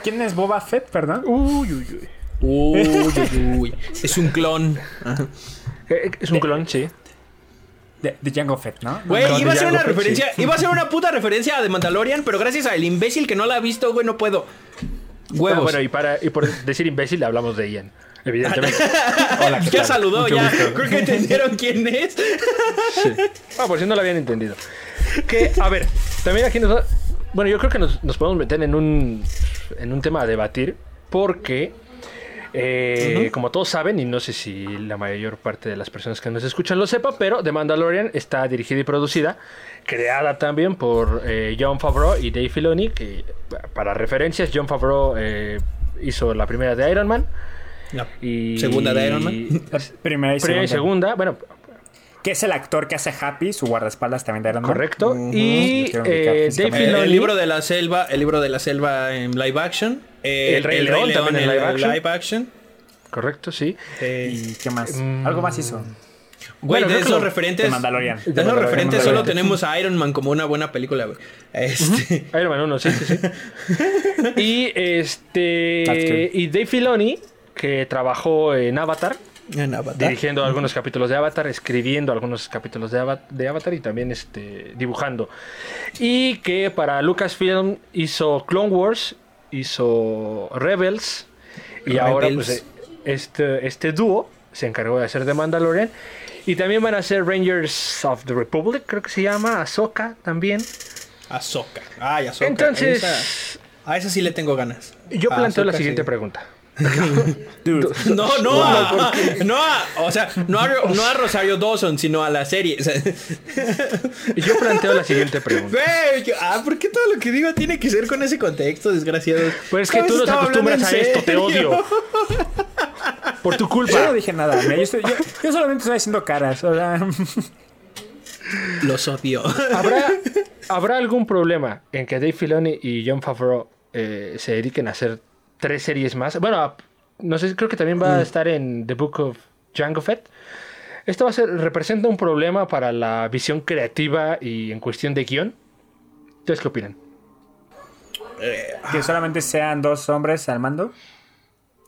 ¿Quién es Boba Fett, perdón?
Uy, uy, uy.
Uy, uy, uy. Es un clon. Ajá.
Eh, Es un clon, sí.
De, de Jango Fett, ¿no?
Clon
Güey,
de
iba a ser
Jango
una
Fett,
referencia. Iba a ser una puta referencia de Mandalorian, pero gracias al imbécil que no la ha visto, güey, no puedo.
Ah,
Huevos.
bueno, y, para, y por decir imbécil hablamos de Ian, evidentemente.
ya saludó, ya. Creo que entendieron quién es.
Sí. Ah, por si no lo habían entendido. Que, a ver, también aquí nos da- Bueno, yo creo que nos, nos podemos meter en un, en un tema a debatir porque, eh, como todos saben, y no sé si la mayor parte de las personas que nos escuchan lo sepa, pero The Mandalorian está dirigida y producida, creada también por eh, John Favreau y Dave Filoni, que para referencias, John Favreau eh, hizo la primera de Iron Man.
La
Y... eh,
segunda de Iron Man.
La primera y
Primera y segunda, bueno,
Que es el actor que hace Happy, su guardaespaldas también de Iron Man.
correcto.
Ujú.
Y
Yo quiero
eh,
ubicar
Dave
El,
Filoni,
el libro de la selva, el libro de la selva en live action. eh,
El Rey León también en
el
live action.
live action,
correcto, sí.
eh,
¿Y qué más? Algo más hizo.
Güey,
Bueno,
de
creo que
esos
lo-
referentes.
De Mandalorian.
De esos referentes solo
Mandalorian.
tenemos a Iron Man como una buena película, güey. Este,
Iron Man 1, sí, sí, sí. y
That's
este.
true.
Y Dave Filoni, que trabajó en Avatar,
en Avatar.
dirigiendo algunos capítulos de Avatar, escribiendo algunos capítulos de, Ava- de Avatar y también este, dibujando. Y que para Lucasfilm hizo Clone Wars, hizo Rebels, y
Rebels.
ahora pues, eh, este, este dúo se encargó de hacer The Mandalorian. Y también van a hacer Rangers of the Republic, creo que se llama, Ahsoka también.
Ahsoka. Ay, Ahsoka.
Entonces-
Esa- a esa sí le tengo ganas.
Yo
A
planteo la
Ah, Ahsoka,
siguiente
sí.
pregunta.
Dude,
No, no, a, no a, o sea, no a, no a Rosario Dawson, sino a la serie. O sea,
Yo planteo la siguiente pregunta.
güey, yo- ah, ¿por qué todo lo que digo tiene que ser con ese contexto, desgraciados?
Pues es que
¿Sabes?
tú nos
Estaba hablando
acostumbras a
en
esto, te
serio.
odio. Por tu
yo
culpa.
no dije nada. mira, yo, estoy- yo- yo solamente estoy haciendo caras. o sea,
Los odio.
¿Habrá, ¿Habrá algún problema en que Dave Filoni y John Favreau eh, se dediquen a hacer tres series más? Bueno, a- no sé, creo que también va a estar en The Book of Jango Fett. ¿Esto va a ser, representa un problema para la visión creativa y en cuestión de guión? ¿Ustedes qué opinan?
que solamente sean dos hombres al mando.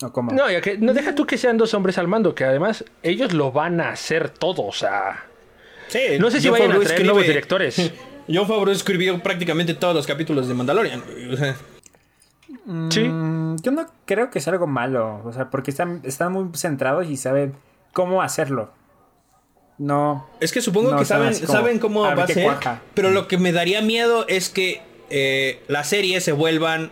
¿O cómo?
No, ya que, no deja tú que sean dos hombres al mando, que además ellos lo van a hacer todo, o sea...
Sí,
No sé si
John
vayan a
Favreau
traer nuevos
escribe-
directores.
John Favreau escribió prácticamente todos los capítulos de Mandalorian. güey, o sea.
Sí.
Mm, Yo no creo que sea algo malo. O sea, porque están, están muy centrados y saben cómo hacerlo. No.
Es que supongo
No,
que
saben
saben,
así como,
saben cómo
a ver
va a
qué
ser.
cuaja.
Pero lo que me daría miedo es que eh, las series se vuelvan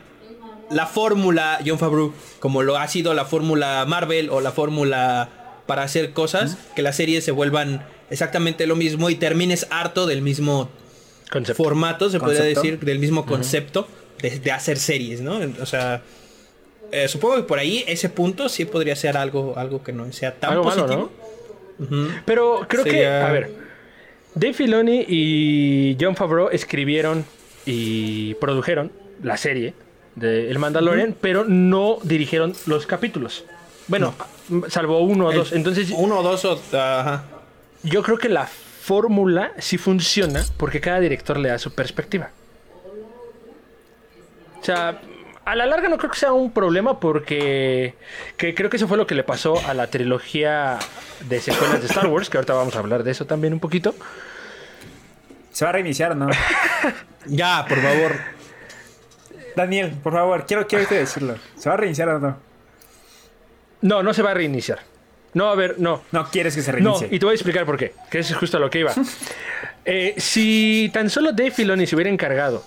la fórmula John Favreau, como lo ha sido la fórmula Marvel o la fórmula para hacer cosas, que las series se vuelvan exactamente lo mismo y termines harto del mismo
Concepto.
formato, se podría
Concepto.
decir, del mismo concepto de, de hacer series, ¿no? O sea, eh, supongo que por ahí ese punto sí podría ser algo, algo que no sea tan
Algo malo,
positivo. Ujú.
Pero creo que,
Sería-
a ver, Dave Filoni y John Favreau escribieron y produjeron la serie de El Mandalorian, pero no dirigieron los capítulos. Bueno, salvo uno o
El-
dos. Entonces,
Uno o dos o... ajá.
yo creo que la fórmula sí funciona porque cada director le da su perspectiva. O sea, a la larga no creo que sea un problema porque que creo que eso fue lo que le pasó a la trilogía de secuelas de Star Wars, que ahorita vamos a hablar de eso también un poquito.
Se va a reiniciar, ¿no?
Ya, por favor.
Daniel, por favor, quiero, quiero irte a decirlo. ¿Se va a reiniciar o no?
No, no se va a reiniciar. No, a ver, no.
No quieres que se
No,
reinicie.
y te voy a explicar por qué, que eso es justo a lo que iba. Eh, si tan solo Dave Filoni se hubiera encargado,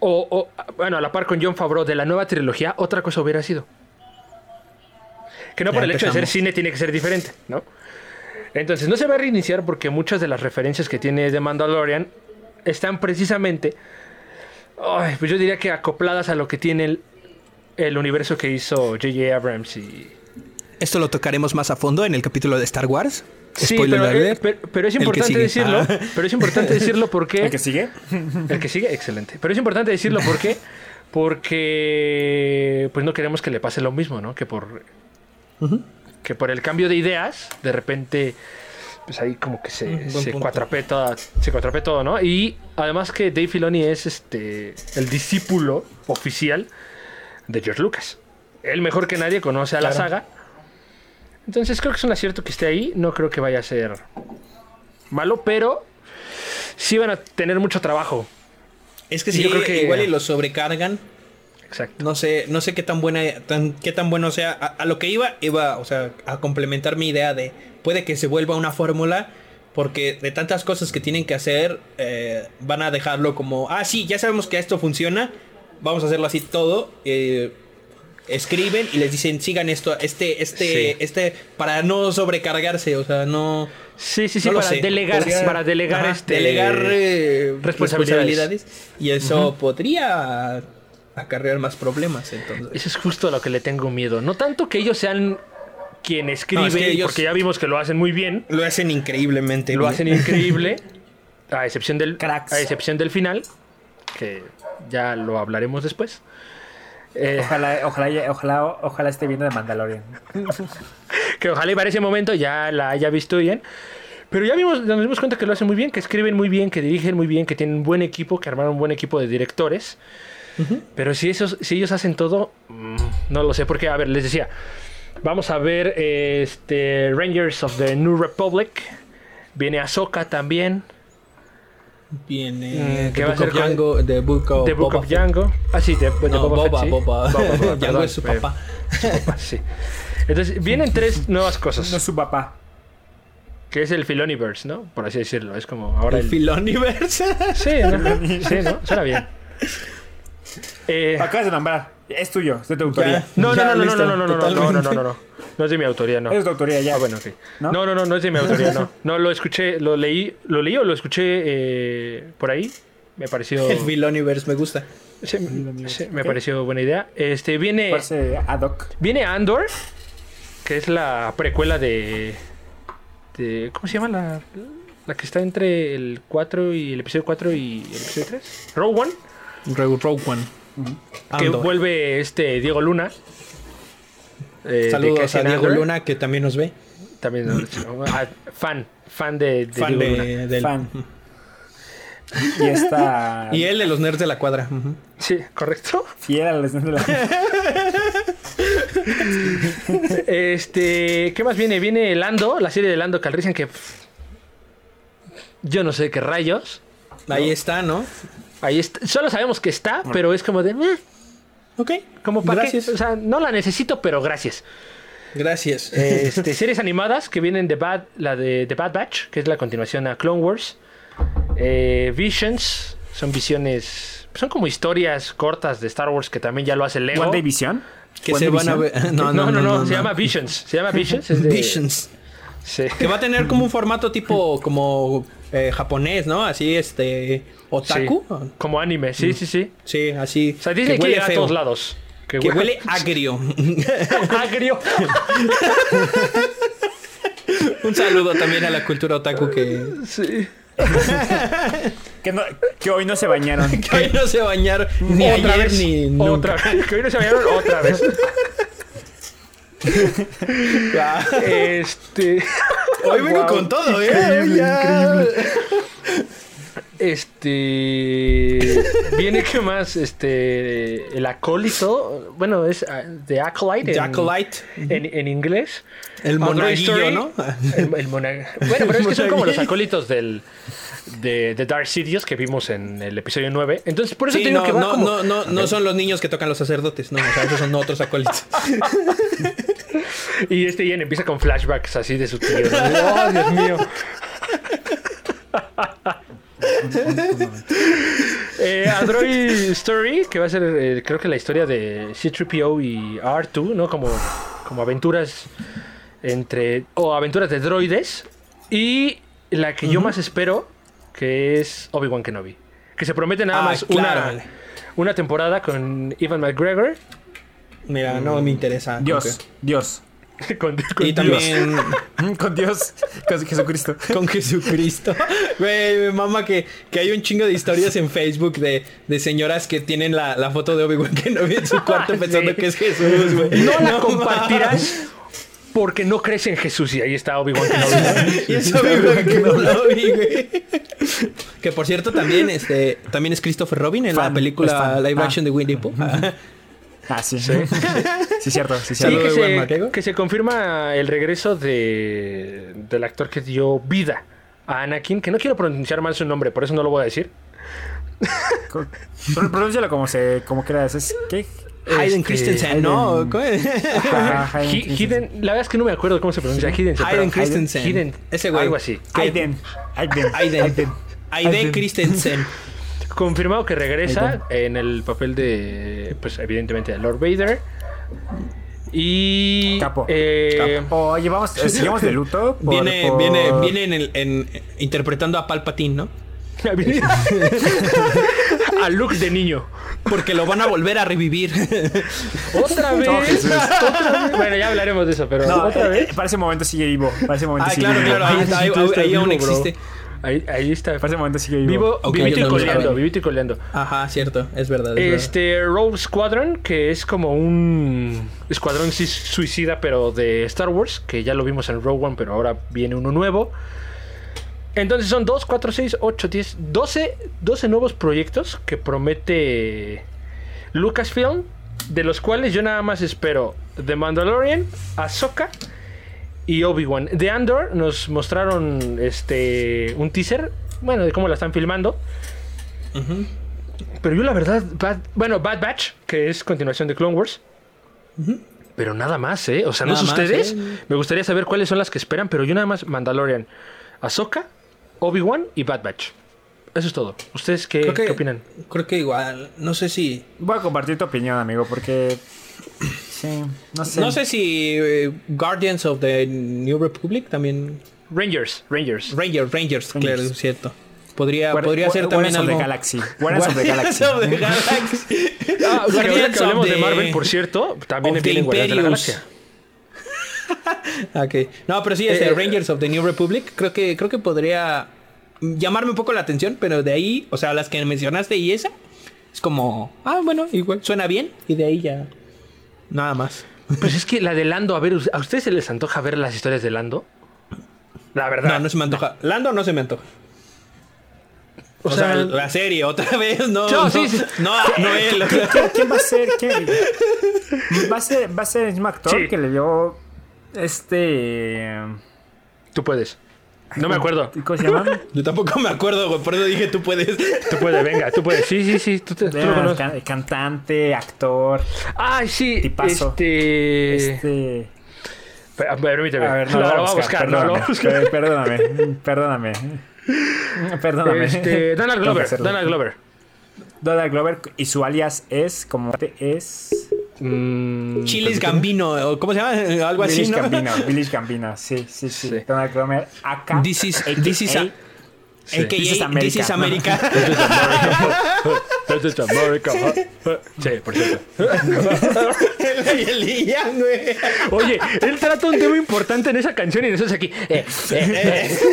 o, o, bueno, a la par con John Favreau de la nueva trilogía, otra cosa hubiera sido. Que no
Ya
por el hecho de ser
empezamos.
cine tiene que ser diferente, ¿no? Entonces no se va a reiniciar porque muchas de las referencias que tiene The Mandalorian están precisamente, ay, pues yo diría que acopladas a lo que tiene el, el universo que hizo J.J. Abrams y,
Esto lo tocaremos más a fondo en el capítulo de Star Wars.
Sí,
Spoiler
pero, eh,
alert.
pero, pero es
El que
importante
sigue.
decirlo.
Ah.
Pero es importante decirlo porque.
¿El que sigue?
el que sigue, excelente. Pero es importante decirlo porque. Porque. Pues no queremos que le pase lo mismo, ¿no? Que por. Que por el cambio de ideas, de repente. Pues ahí como que
Mm, buen
se, se
punto.
cuatrapea toda- se cuatrapea todo, ¿no? Y además que Dave Filoni es este. El discípulo oficial de George Lucas. Él mejor que nadie conoce a la
Claro.
saga. Entonces creo que es un acierto que esté ahí. No creo que vaya a ser malo, pero sí van a tener mucho trabajo.
Es que sí,
yo creo que-
igual y lo sobrecargan.
Exacto.
No sé, no sé qué tan buena, tan, qué tan bueno sea. A, a lo que iba, iba, o sea, a complementar mi idea de puede que se vuelva una fórmula. Porque de tantas cosas que tienen que hacer, eh, van a dejarlo como, ah, sí, ya sabemos que esto funciona, vamos a hacerlo así todo. eh, escriben y les dicen, sigan esto, este, este,
Sí.
este, para no sobrecargarse, o sea, no...
Sí, sí, sí,
No lo
para,
sé.
delegar,
Podría-
para delegar.
Ajá,
este-
delegar, eh,
responsabilidades.
responsabilidades. Y eso podría acarrear más problemas, entonces.
Eso es justo a lo que le tengo miedo. No tanto que ellos sean quien escribe,
que ellos-
porque ya vimos que lo hacen muy bien.
Lo hacen increíblemente.
Lo
bien.
hacen increíble. A excepción del.
Cracks.
A excepción del final. Que ya lo hablaremos después. Eh,
Ojalá, ojalá, ojalá, ojalá esté viendo de Mandalorian.
que ojalá y para ese momento ya la haya visto bien. Pero ya vimos, nos dimos cuenta que lo hacen muy bien, que escriben muy bien, que dirigen muy bien, que tienen un buen equipo, que armaron un buen equipo de directores. Pero si, esos, si ellos hacen todo, mm, no lo sé. Porque, a ver, les decía, vamos a ver eh, este Rangers of the New Republic. Viene Ahsoka también,
Viene
Mm,
The
que va a
Book of
ser con-
Django, The Book of
The Book
Oh, Boba
of
Fett.
Django. Ah, sí, de, de
No,
Boba, Fett, sí.
Boba, Boba.
Boba,
Django
perdón,
es su
eh,
papá.
su papá, sí. Entonces, vienen tres nuevas
No
cosas,
su papá.
que es el Filoniverse, ¿no? Por así decirlo, es como ahora
El
el,
Filoniverse.
Sí, ¿no? sí, ¿no? Suena bien. Eh,
Lo acabas de nombrar. Es tuyo, es de tu autoría.
no, no,
Ya,
no, no, no,
listo,
no, no, no, no, no, no, no,
totalmente.
no, no. No es de mi autoría, no.
Es de tu autoría ya.
Ah, bueno, ok.
¿No?
¿No? no, no, no, es de mi autoría, no. No, lo escuché, lo leí, lo leí o lo escuché eh, por ahí. Me pareció.
El Filoniverse me gusta.
sí, me- sí, me
ok.
pareció buena idea. Este, viene.
Parece ad hoc.
Viene Andor, que es la precuela de. de- ¿Cómo se llama la. La que está entre el 4 y el episodio 4 y el episodio 3? Rogue One.
Rogue Rogue One.
que
Andor.
vuelve este Diego Luna. Eh, de
Saludos a
Cassian
Diego
Andor.
Luna que también nos ve.
También ¿no? Ah, fan, fan de, de
Fan
Diego Luna.
de, del.
Fan. Y está
Y él de los nerds de la cuadra. ujú.
Sí, correcto.
fiel a la lección de la...
Este, ¿qué más viene? Viene Lando, la serie de Lando Calrissian que pff, yo no sé qué rayos.
Ahí está, ¿no?
Ahí está- solo sabemos que está, pero es como de "Eh,
Ok.
como para qué,
Gracias.
o sea, no la necesito, pero gracias.
Gracias.
Este, series animadas que vienen de Bad, la de The Bad Batch, que es la continuación a Clone Wars. Eh, Visions, son visiones, son como historias cortas de Star Wars que también ya lo hace Lego.
One Day Vision.
que se van a ver.
No, no, no, se llama Visions, se llama Visions, es de-
Visions.
Sí.
Que va a tener como un formato tipo como eh, japonés, ¿no? Así este otaku.
Sí. Como anime, sí, sí, sí.
Sí, así.
O sea, Disney quiere ir a
feo,
todos lados.
Que huele agrio.
agrio.
un saludo también a la cultura otaku que,
Sí.
Que, no- que hoy no se bañaron.
que hoy no se bañaron ni
otra
ayer
vez.
ni nunca.
otra vez. Que hoy no se bañaron otra vez. Este.
Hoy vengo con todo, ¿eh? Hoy ya.
Este. Viene que más. Este. El acólito. Bueno, es ah, The Acolyte. en-
Jacolite,
En, en inglés.
el
A Toy
monaguillo,
Story.
¿no?
El, el mona- Bueno, pero es que son como los
Monaguillo.
acólitos del. De, de Dark Sidious que vimos en el episodio 9. Entonces, por eso
Sí,
te digo
no,
que va
no,
como.
no, no, no son los niños que tocan los sacerdotes, no, o sea, esos son otros acólitos.
Y este Ian empieza con flashbacks así de su tío. ¿no? Oh, Dios mío. Eh, Android Story, que va a ser eh, creo que la historia de C3PO y R2, ¿no? Como, como aventuras entre. o aventuras de droides. Y la que yo más espero, que es Obi-Wan Kenobi. Que se promete nada
Ah,
más
claro.
una, una temporada con Ivan McGregor.
Mira, no me interesa. como
Dios,
que-
Dios.
con- con
Y
Dios.
también
Mm, Con Dios, con Jesucristo.
con Jesucristo. Güey, mamá, que, que hay un chingo de historias en Facebook de, de señoras que tienen la, la foto de Obi-Wan que no vi en su cuarto pensando
Sí.
que es Jesús, güey.
No la
mames.
compartirás porque no crees en Jesús. Y ahí está Obi-Wan Kenobi.
Y es Obi-Wan Kenobi, güey. Que por cierto, también, este, también es Christopher Robin en la
Fan, es
película
fan.
live
Ah.
action de Winnie the Pooh.
Ah, sí. Sí, cierto, sí,
Sí, que
Saludos,
cierto.
Ewan McGregor.
se, que se confirma el regreso de, del actor que dio vida a Anakin, que no quiero pronunciar mal su nombre, por eso no lo voy a decir.
Co- pro- Pronúncialo como se, como creas. Es ¿qué?
Hayden
Este,
Christensen, ¿no? ¿Cómo es?
Ajá,
Hi-
Hayden.
Hidden- la verdad es que no me acuerdo cómo se pronuncia. Hidden, pero-
Hayden Christensen.
Hidden,
Ese güey.
Algo así.
Hayden. Hayden.
Hayden. Hayden
Hayden.
Christensen.
Confirmado que regresa en el papel de, pues evidentemente, de Lord Vader. Y...
Capo.
eh,
Oye, vamos, eh, sigamos de luto. por-
Viene,
por-
viene, viene en el- en- interpretando a Palpatine, ¿no?
a Luke de niño.
Porque lo van a volver a revivir.
¿Otra vez?
Jesús.
¿Otra vez? Bueno, ya hablaremos de eso, pero
No,
¿otra
eh,
vez?
eh, para ese momento sigue vivo. Para ese momento
ah,
sigue
claro,
vivo.
claro. Ahí,
Ah,
ahí-
sí, tú
ahí-
estás
ahí aún
vivo, bro.
existe.
Ahí, ahí está.
Para ese momento sigue vivo.
Vivo,
Ok,
vivito y
yo no lo
coleando,
sabía.
vivito y coleando.
Ajá, cierto. Es verdad. es verdad.
Este, Rogue Squadron, que es como un escuadrón si- suicida, pero de Star Wars, que ya lo vimos en Rogue One, pero ahora viene uno nuevo. Entonces son 2, 4, 6, 8, 10, 12, 12 nuevos proyectos que promete Lucasfilm, de los cuales yo nada más espero The Mandalorian, Ahsoka y Obi-Wan. De Andor nos mostraron este un teaser, bueno, de cómo la están filmando. Pero yo la verdad, Bad- bueno, Bad Batch, que es continuación de Clone Wars. Pero nada más, ¿eh? O sea, no
Nada
sé
más,
ustedes.
¿eh?
Me gustaría saber cuáles son las que esperan, pero yo nada más Mandalorian, Ahsoka, Obi-Wan y Bad Batch. Eso es todo. ¿Ustedes qué,
Creo que-
qué opinan?
Creo que igual. No sé si.
Voy a compartir tu opinión, amigo, porque. Sí, no sé.
No sé si eh, Guardians of the New Republic también.
Rangers, Rangers.
Rangers, Rangers,
Rangers.
claro, es cierto. Podría,
Guar-
podría
Guar-
ser también
Guardians of the
algo.
Galaxy. Guardians of the
Guardians
Galaxy.
of the Galaxy.
Ah, que ahora
Guardians
que hablemos
of
de
the-
Marvel, por cierto, también
of the
vienen Guardianes de la
Imperius.
Galaxia.
Ok. No, pero sí, este
Eh,
Rangers of the New Republic, creo que, creo que podría llamarme un poco la atención, pero de ahí, o sea, las que mencionaste y esa, es como, ah, bueno, igual, suena bien, y de ahí ya. Nada más.
Pues es que la de Lando, a ver, ¿a ustedes se les antoja ver las historias de Lando? La verdad.
No, no se me antoja. Lando no se me antoja. O,
O
sea,
sea,
la serie otra vez, no.
No,
No,
sí, sí.
no, no él. o sea.
¿Quién, quién va a ser? ¿Quién- ¿Va a ser, va a ser el mismo actor
Sí.
que le dio este.
tú puedes. No me acuerdo.
¿Cómo se llama?
Yo tampoco me acuerdo, güey, por eso dije tú puedes.
Tú puedes, venga, tú puedes. Sí, sí, sí, tú, te- tú lo
Era
conoces.
can- cantante, actor.
Ay, sí.
Tipazo.
Este.
Este.
Per- Permíteme.
A ver, no,
lo,
lo
lo voy a buscar, no, lo voy a buscar.
Perdóname, perdóname, perdóname. Perdóname.
Este, Donald
Tengo que
Glover.
hacerlo.
Donald Glover.
Donald Glover y su alias es como es
Mm,
Chiles
permíteme.
Gambino, o ¿cómo se llama? Algo así,
Village
Pues ¿no?
Gambino, Village Gambino, sí, sí, sí.
Sí.
Tengo que comer acá.
This is- this is a-
Sí.
AKA,
This is America.
This is America.
This is America. This is America. Sí, por cierto.
El- el Ian, güey.
Oye, él trata un tema importante en esa canción y nosotros aquí. eh, eh,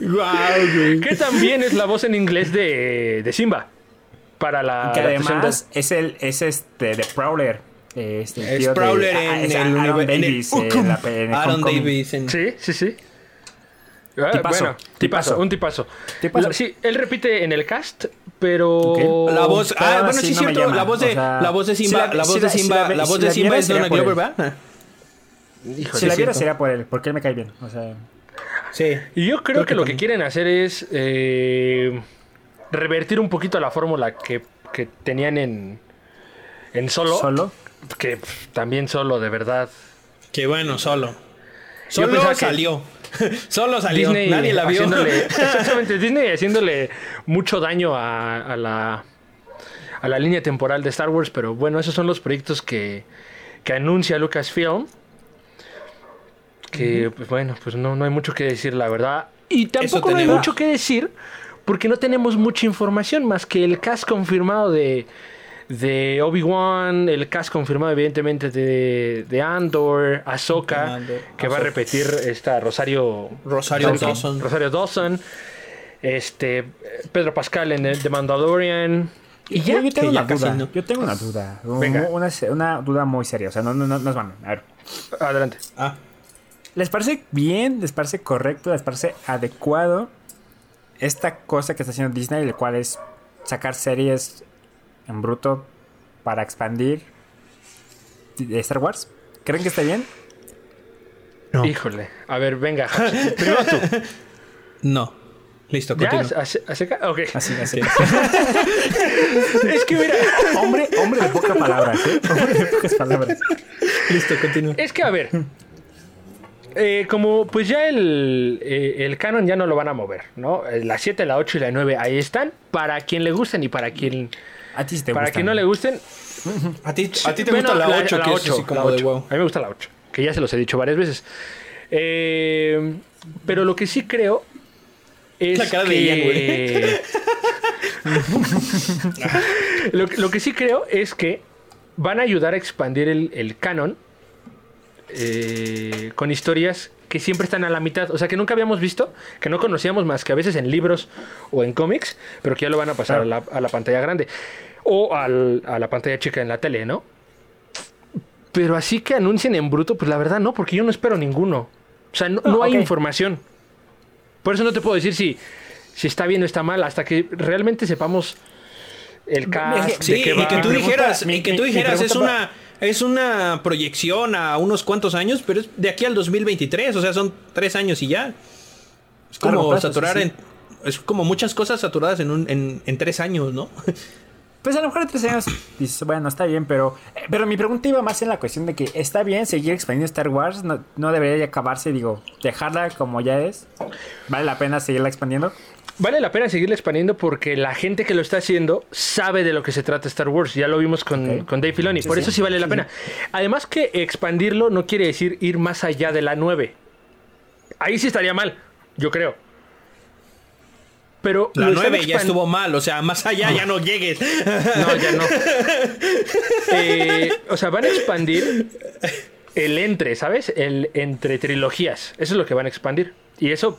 Guau, güey.
que también es la voz en inglés de, de Simba. Para la.
Que
adaptación
además es el es este de Prowler. Este, el
Es
tío de-
Prowler
ah,
en
es
el
Aaron
univer- en el
Davis, eh,
Ucum.
la pe- en el
Aaron
Homecoming.
Davis en-
de- Sí, sí, sí. Ah,
Tipazo,
bueno, tipazo,
tipazo.
un tipazo.
Tipazo.
La- sí, él repite en el cast, pero.
Ok.
La voz,
Pero
ah,
aún
bueno,
Uh, así
sí, es
no me
cierto,
llama,
la voz de,
o sea,
la voz de
si
Simba,
la-
la
si
voz
la-
de
si
Simba,
la-
la
si
voz
la
de Simba
viera,
es
sería
Donald
por él.
Glover, ¿verdad?
Híjole,
Si la
sí.
viera
cierto.
sería por él, porque él me cae bien. O sea,
Sí.
Y yo creo,
Creo
que,
que
lo
también.
que quieren hacer es eh, revertir un poquito la fórmula que, que tenían en, en solo,
solo.
Que pff, también solo, de verdad.
Qué bueno, solo.
pensaba
Solo
que
salió. Solo salió. Nadie la vio.
haciéndole, exactamente, Disney haciéndole mucho daño a, a la, a la línea temporal de Star Wars, pero bueno, esos son los proyectos que, que anuncia Lucasfilm. Que, pues bueno, pues no, no hay mucho que decir, la verdad. Y tampoco no hay
tenemos.
mucho que decir, porque no tenemos mucha información más que el cast confirmado de, de Obi-Wan, el cast confirmado, evidentemente, de, de Andor, Ahsoka,
Andor,
que va a
Ahsoka.
repetir esta Rosario
Rosario
Dawson.
Dawson.
Rosario Dawson. Este, eh, Pedro Pascal en el The Mandalorian. Y ya.
Yo, yo tengo
que ya
una
casi
duda.
no.
Yo tengo una duda. un-
Venga.
Una, una duda muy seria. O sea, no, no, no, no es mame. A ver.
Adelante.
Ah,
¿Les parece bien? ¿Les parece correcto? ¿Les parece adecuado esta cosa que está haciendo Disney, el cual es sacar series en bruto para expandir de Star Wars? ¿Creen que está bien?
No.
Híjole. A ver, venga. Jax. Primero tú.
no. Listo,
¿Ya?
continúa.
¿Ace- ¿Acerca? Ok.
Así, así.
Es que mira.
hombre, hombre de pocas palabras, ¿eh? Hombre de pocas palabras.
Listo, continúa.
Es que a ver. eh, como pues ya el, eh, el canon ya no lo van a mover, ¿no? Eh, La 7, la 8 y la 9 ahí están. Para quien le gusten y para quien,
A ti sí te
para
gusta.
quien no le gusten,
A ti, a ti te
Bueno,
gusta la 8, que es
ocho,
así
la
como de
ocho.
wow.
A mí me gusta la 8, que ya se los he dicho varias veces. Eh, pero lo que sí creo es
La cara de Ian,
que... lo, que- lo que sí creo es que van a ayudar a expandir el, el canon eh, con historias que siempre están a la mitad, o sea que nunca habíamos visto, que no conocíamos más que a veces en libros o en cómics, pero que ya lo van a pasar a, la, a la pantalla grande o al- a la pantalla chica en la tele, ¿no? Pero así que anuncien en bruto, pues la verdad no, porque yo no espero ninguno. O sea, no, no hay
ok.
información. Por eso no te puedo decir si, si está bien o está mal, hasta que realmente sepamos el
Es
cast,
que-
Sí,
de qué va.
y que tú
Mi
dijeras,
pregunta-
y que
mi-
tú
mi- mi
dijeras es
pregunta
una es una proyección a unos cuantos años, pero es de aquí al 2023, o sea, son tres años y ya. Es como
Largo plazo,
saturar
sí,
en es como muchas cosas saturadas en un en, en tres años, ¿no?
Pues a lo mejor en tres años dices, bueno, está bien, pero. eh, Pero mi pregunta iba más en la cuestión de que está bien seguir expandiendo Star Wars, no, no debería ya acabarse, digo, dejarla como ya es. ¿Vale la pena seguirla expandiendo?
Vale la pena seguirla expandiendo porque la gente que lo está haciendo sabe de lo que se trata Star Wars. Ya lo vimos con,
Ok.
con Dave Filoni. Por eso sí vale la pena. Además que expandirlo no quiere decir ir más allá de la 9. Ahí sí estaría mal, yo creo. Pero
La
lo están
9 ya
expan-
estuvo mal, o sea, más allá ya no llegues.
No, ya no. Eh, o sea, van a expandir el entre, ¿sabes? El entre trilogías. Eso es lo que van a expandir. Y eso,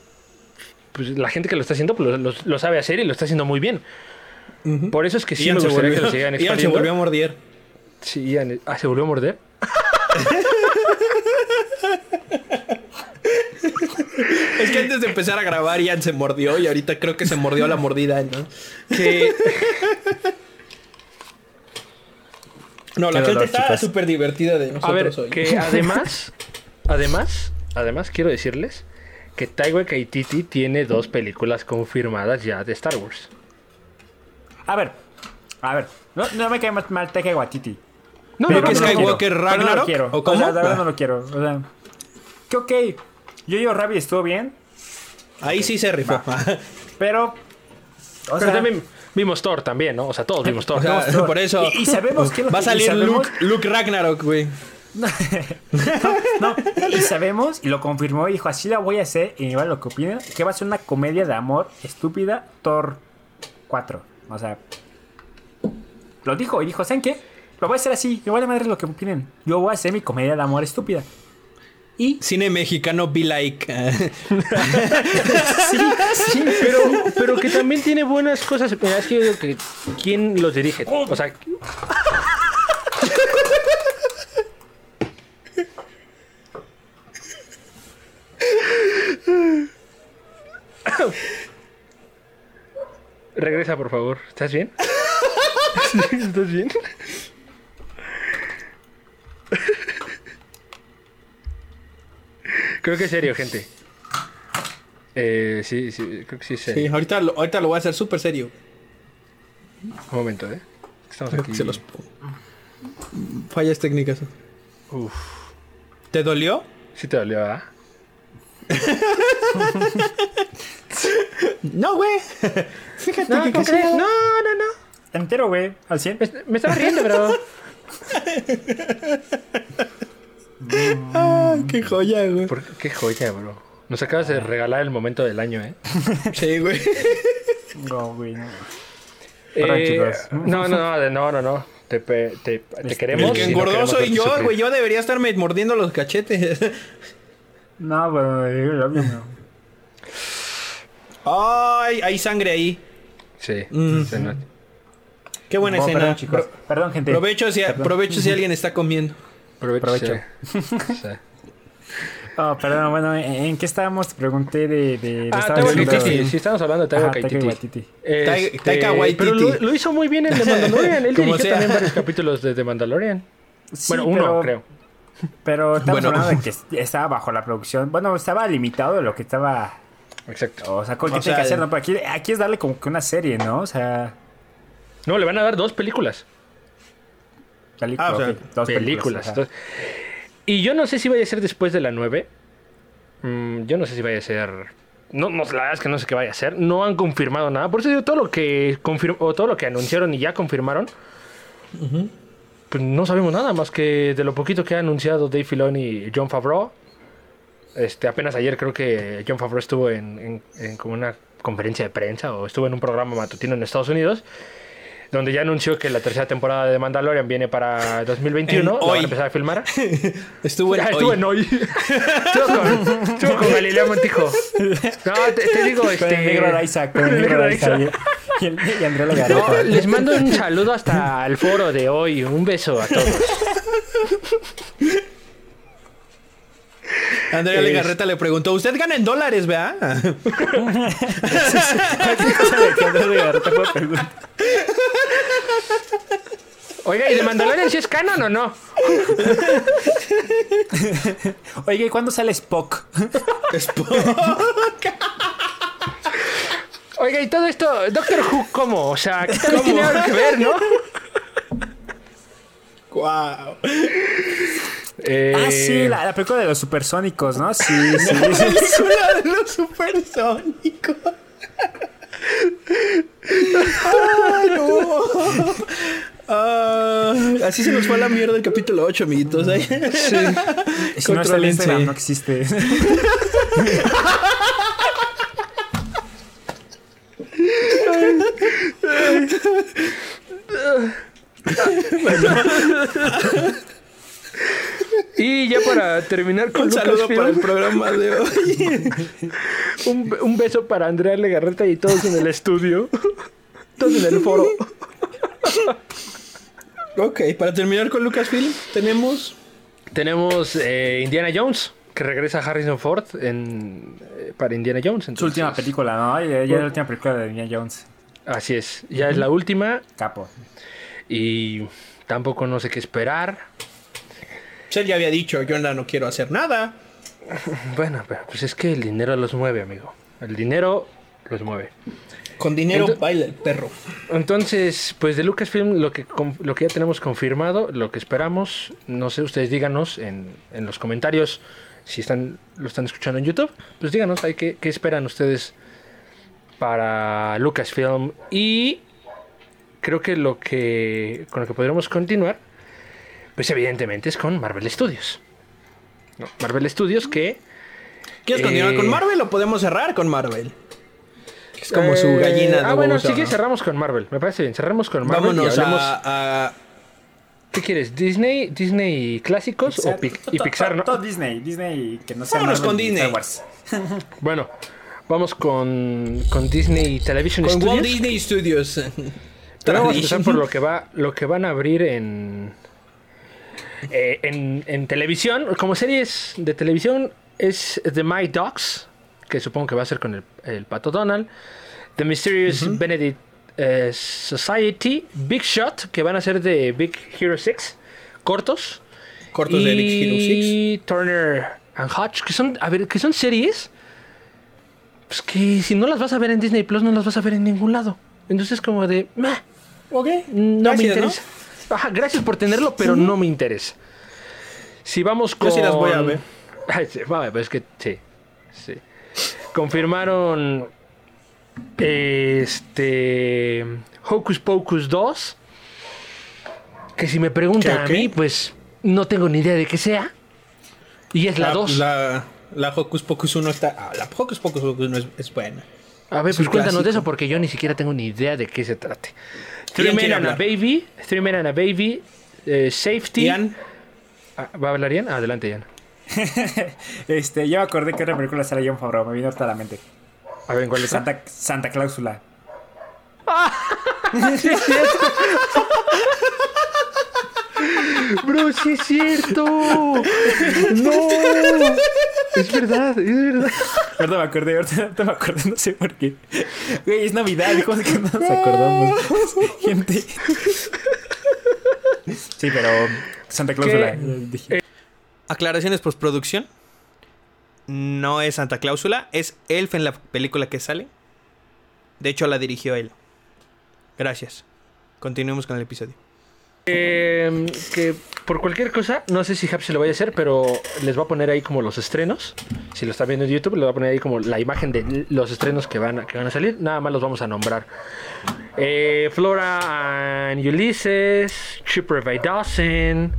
pues la gente que lo está haciendo pues, lo, lo- lo sabe hacer y lo está haciendo muy bien. Por eso es que sí
Ian
me
se
gustaría
volvió-
que lo sigan
Ian se
expandiendo.
volvió a morder.
Sí, Ian- ah, ¿se volvió a morder?
Es que antes de empezar a grabar Ian se mordió y ahorita creo que se mordió la mordida, ¿no?
Que...
No, la
Qué
gente
dolor,
está
chicas.
súper divertida de nosotros
A ver,
hoy.
que además, además, además quiero decirles que Taika Waititi tiene dos películas confirmadas ya de Star Wars.
A ver, a ver, no, no me cae mal, mal Taika Waititi.
No,
pero
no,
que
no, no,
lo
Skywalker
quiero. Pero No
Ragnarok,
lo quiero.
¿o
O,
cómo?
sea, la verdad
Ah.
no lo quiero. O sea, que ok, Yo-Yo Rabbit estuvo bien,
Ahí sí se rifó.
pero... O
Pero
sea,
también, Vimos Thor también, ¿no? O sea, todos vimos Thor.
O sea,
Todos-
por eso.
Y, y sabemos que
Va a salir Luke, Luke Ragnarok, güey.
No, y sabemos, y lo confirmó, y dijo, así la voy a hacer, y me vale lo que opinen, que va a ser una comedia de amor estúpida, Thor 4. O sea, lo dijo, y dijo, ¿saben qué? Lo voy a hacer así, me vale madre lo que opinen. Yo voy a hacer mi comedia de amor estúpida. Y
Cine mexicano be like.
Sí, sí, pero, pero que también tiene buenas cosas. Mira, es que yo digo que quién los dirige. O sea, regresa por favor. ¿Estás bien? ¿Estás bien? Creo que es serio, gente. Eh, sí, sí, creo que sí es serio.
Sí, ahorita, lo, ahorita lo voy a hacer súper serio.
Un momento, ¿eh? Estamos
Creo que
aquí.
se los fallas técnicas.
Uf,
¿Te dolió?
sí te dolió, ah? ¿verdad?
No, güey. Fíjate
No,
que
¿cómo
casi
crees?
no.
No, no, no.
entero, güey, al 100.
Me, est- me estaba riendo, pero.
Ay, qué joya, güey.
¿Por qué? qué joya, bro? Nos acabas de regalar el momento del año, ¿eh?
Sí, güey.
No, güey, no. Perdón,
eh
chicos.
no, no, no, de- no, no, no. Te, pe- te, te queremos.
Este, El que
y no
engordó
queremos
soy
verte
yo,
sufrir.
güey. Yo debería estarme mordiendo los cachetes.
No, pero eh, lo mismo.
Ay, hay sangre ahí.
Sí.
Mm.
se nota.
Qué buena
No,
escena.
perdón, chicos.
Pro-
Perdón, gente.
provecho si,
Perdón.
provecho si alguien está comiendo.
Provecho.
Provecho.
sí. Sí.
Oh, perdón, bueno, ¿en, en qué estábamos? Te pregunté de... de, de
Ah,
estaba
Taika
diciendo-
Waititi. Si estamos hablando de Taika
Ajá, Taika
Waititi.
Waititi.
Este,
Taika Waititi.
Pero lo, lo hizo muy bien en The Mandalorian. Él
Como
dirigió
sea.
también varios capítulos de The Mandalorian.
Sí,
bueno, uno,
pero-
creo.
Pero estamos
Bueno.
hablando de que estaba bajo la producción. Bueno, estaba limitado de lo que estaba.
Exacto.
O sea, con
O
que tiene que
sea,
hacer, ¿no? Pero aquí, aquí es darle como que una serie, ¿no? O sea,
No, le van a dar dos películas.
peli-
Ah, o sea,
ok, dos
películas.
ajá.
Entonces, y yo no sé si vaya a ser después de la 9. Mm, yo no sé si vaya a ser. No, no, la verdad es que no sé qué vaya a ser. No han confirmado nada. Por eso digo, todo lo que confir- o todo lo que anunciaron y ya confirmaron. Pues no sabemos nada más que de lo poquito que ha anunciado Dave Filoni y John Favreau. Este, apenas ayer creo que John Favreau estuvo en, en- en como una conferencia de prensa o estuvo en un programa matutino en Estados Unidos donde ya anunció que la tercera temporada de Mandalorian viene para 2021.
En
Lo van
hoy.
a empezar a filmar.
Estuvo en
Ah, estuvo
hoy.
en hoy. estuvo, con, estuvo con Galileo Montijo. No, te, te digo,
Con
este.
el negro Araiza, con el negro Araiza. Y, y, el- y Andrea
No,
Legarreta.
les mando un saludo hasta el foro de hoy. Un beso a todos.
Andrea
eh.
Es-
Legarreta le preguntó, ¿usted gana en dólares, vea?
Cualquier cosa de que Andrea Legarreta fue pregunta.
Oiga, ¿y de Mandalorian si es canon o no?
Oye, ¿y cuándo sale Spock?
Oiga, ¿y todo esto? ¿Doctor Who cómo? O sea, ¿qué tal tiene algo que ver, no?
Guau.
Eh,
Ah, sí, la, la película de los supersónicos, ¿no? Sí, sí. sí.
Película de los supersónicos. Ay, no. Ah, así se nos fue a la mierda el capítulo 8, amiguitos. ¿eh?
Si no está en
Contrólense.
Instagram, no existe.
Y ya para terminar con
Un saludo
Lucasfilm,
para el programa de hoy.
un, un beso para Andrea Legarreta y todos en el estudio. Todos en el foro.
Ok, para terminar con Lucasfilm, tenemos.
Tenemos eh, Indiana Jones, que regresa Harrison Ford en, eh, para Indiana Jones.
Su
entonces.
última película, ¿no? Ya, ya es la última película de Indiana Jones.
Así es, ya es la última
Capo.
y tampoco no sé qué esperar.
Él ya había dicho, yo no quiero hacer nada.
Bueno, pero pues es que el dinero los mueve, amigo. El dinero los mueve.
Con dinero
Ento-
baila el perro.
Entonces, pues de Lucasfilm, lo que, con- lo que ya tenemos confirmado, lo que esperamos, no sé, ustedes díganos en, en los comentarios, si están, lo están escuchando en YouTube, pues díganos ahí qué, qué esperan ustedes para Lucasfilm. Y creo que lo que con lo que podremos continuar, pues evidentemente es con Marvel Studios. ¿no? Marvel Studios que...
¿Quieres
Eh,
continuar con Marvel o podemos cerrar con Marvel? Es como su
eh,
gallina de
Ah, bueno,
huevos de
sí que
oro.
cerramos con Marvel. Me parece bien. Cerramos con Marvel
Vámonos
y hablemos...
a, a-
¿Qué quieres? ¿Disney, Disney clásicos o Pic- y
To-
Pixar?
to-
¿no?
Todo Disney, Disney que no sea
Vámonos
Marvel
con
ni
Disney.
Star Wars.
Bueno, vamos con, con Disney Television
con
Studios.
Walt Disney Studios.
Pero vamos a
Tradition.
empezar por lo que va, lo que van a abrir en, eh, en en televisión, como series de televisión es The My Dogs, que supongo que va a ser con el, el pato Donald, The Mysterious Benedict eh, Society, Big Shot, que van a ser de Big Hero 6, cortos,
Cortos de Eric Hero 6.
y Turner and Hutch, que son, a ver, que son series pues que si no las vas a ver en Disney Plus no las vas a ver en ningún lado. Entonces como de, meh,
Ok.
no me
Gracias, ¿no?
interesa. Ajá, gracias por tenerlo, pero no me interesa. Si vamos con.
Yo sí las voy a ver.
Ay, sí, va, pero es que sí. sí. Confirmaron. Este. Hocus Pocus 2. Que si me preguntan
¿Qué,
a
qué?
mí, pues no tengo ni idea de qué sea. Y es la 2.
La, la Hocus Pocus 1 está. ah, la Hocus Pocus 1 es, es buena.
A ver,
Es un
pues cuéntanos
clásico.
de eso porque yo ni siquiera tengo ni idea de qué se trate. Three
¿Quién
Men
quiere
and a
hablar?
Baby, Three Men and a Baby, eh, Safety.
Ian,
Ah, ¿Va a hablar Ian? Adelante, Ian.
Este, yo me acordé que era una película de John Favreau, me vino ahorita a la mente.
A ver, ¿en ¿cuál es?
Santa, Santa Cláusula.
¡Bro, sí es cierto! ¡No! Es verdad, es verdad.
Ahorita me acordé, ahorita, ahorita me acordé, no sé por qué. Güey, es Navidad, ¿cómo es que no nos acordamos? Gente. Sí, pero Santa Clausula. Dije,
aclaraciones postproducción. No es Santa Cláusula, es Elf en la película que sale. De hecho, la dirigió él. Gracias. Continuemos con el episodio.
Eh, que por cualquier cosa, no sé si Hap se lo vaya a hacer, pero les va a poner ahí como los estrenos. Si lo está viendo en YouTube, le va a poner ahí como la imagen de los estrenos que van a, que van a salir. Nada más los vamos a nombrar. Eh, Flora and Ulysses, Chipper by Dawson.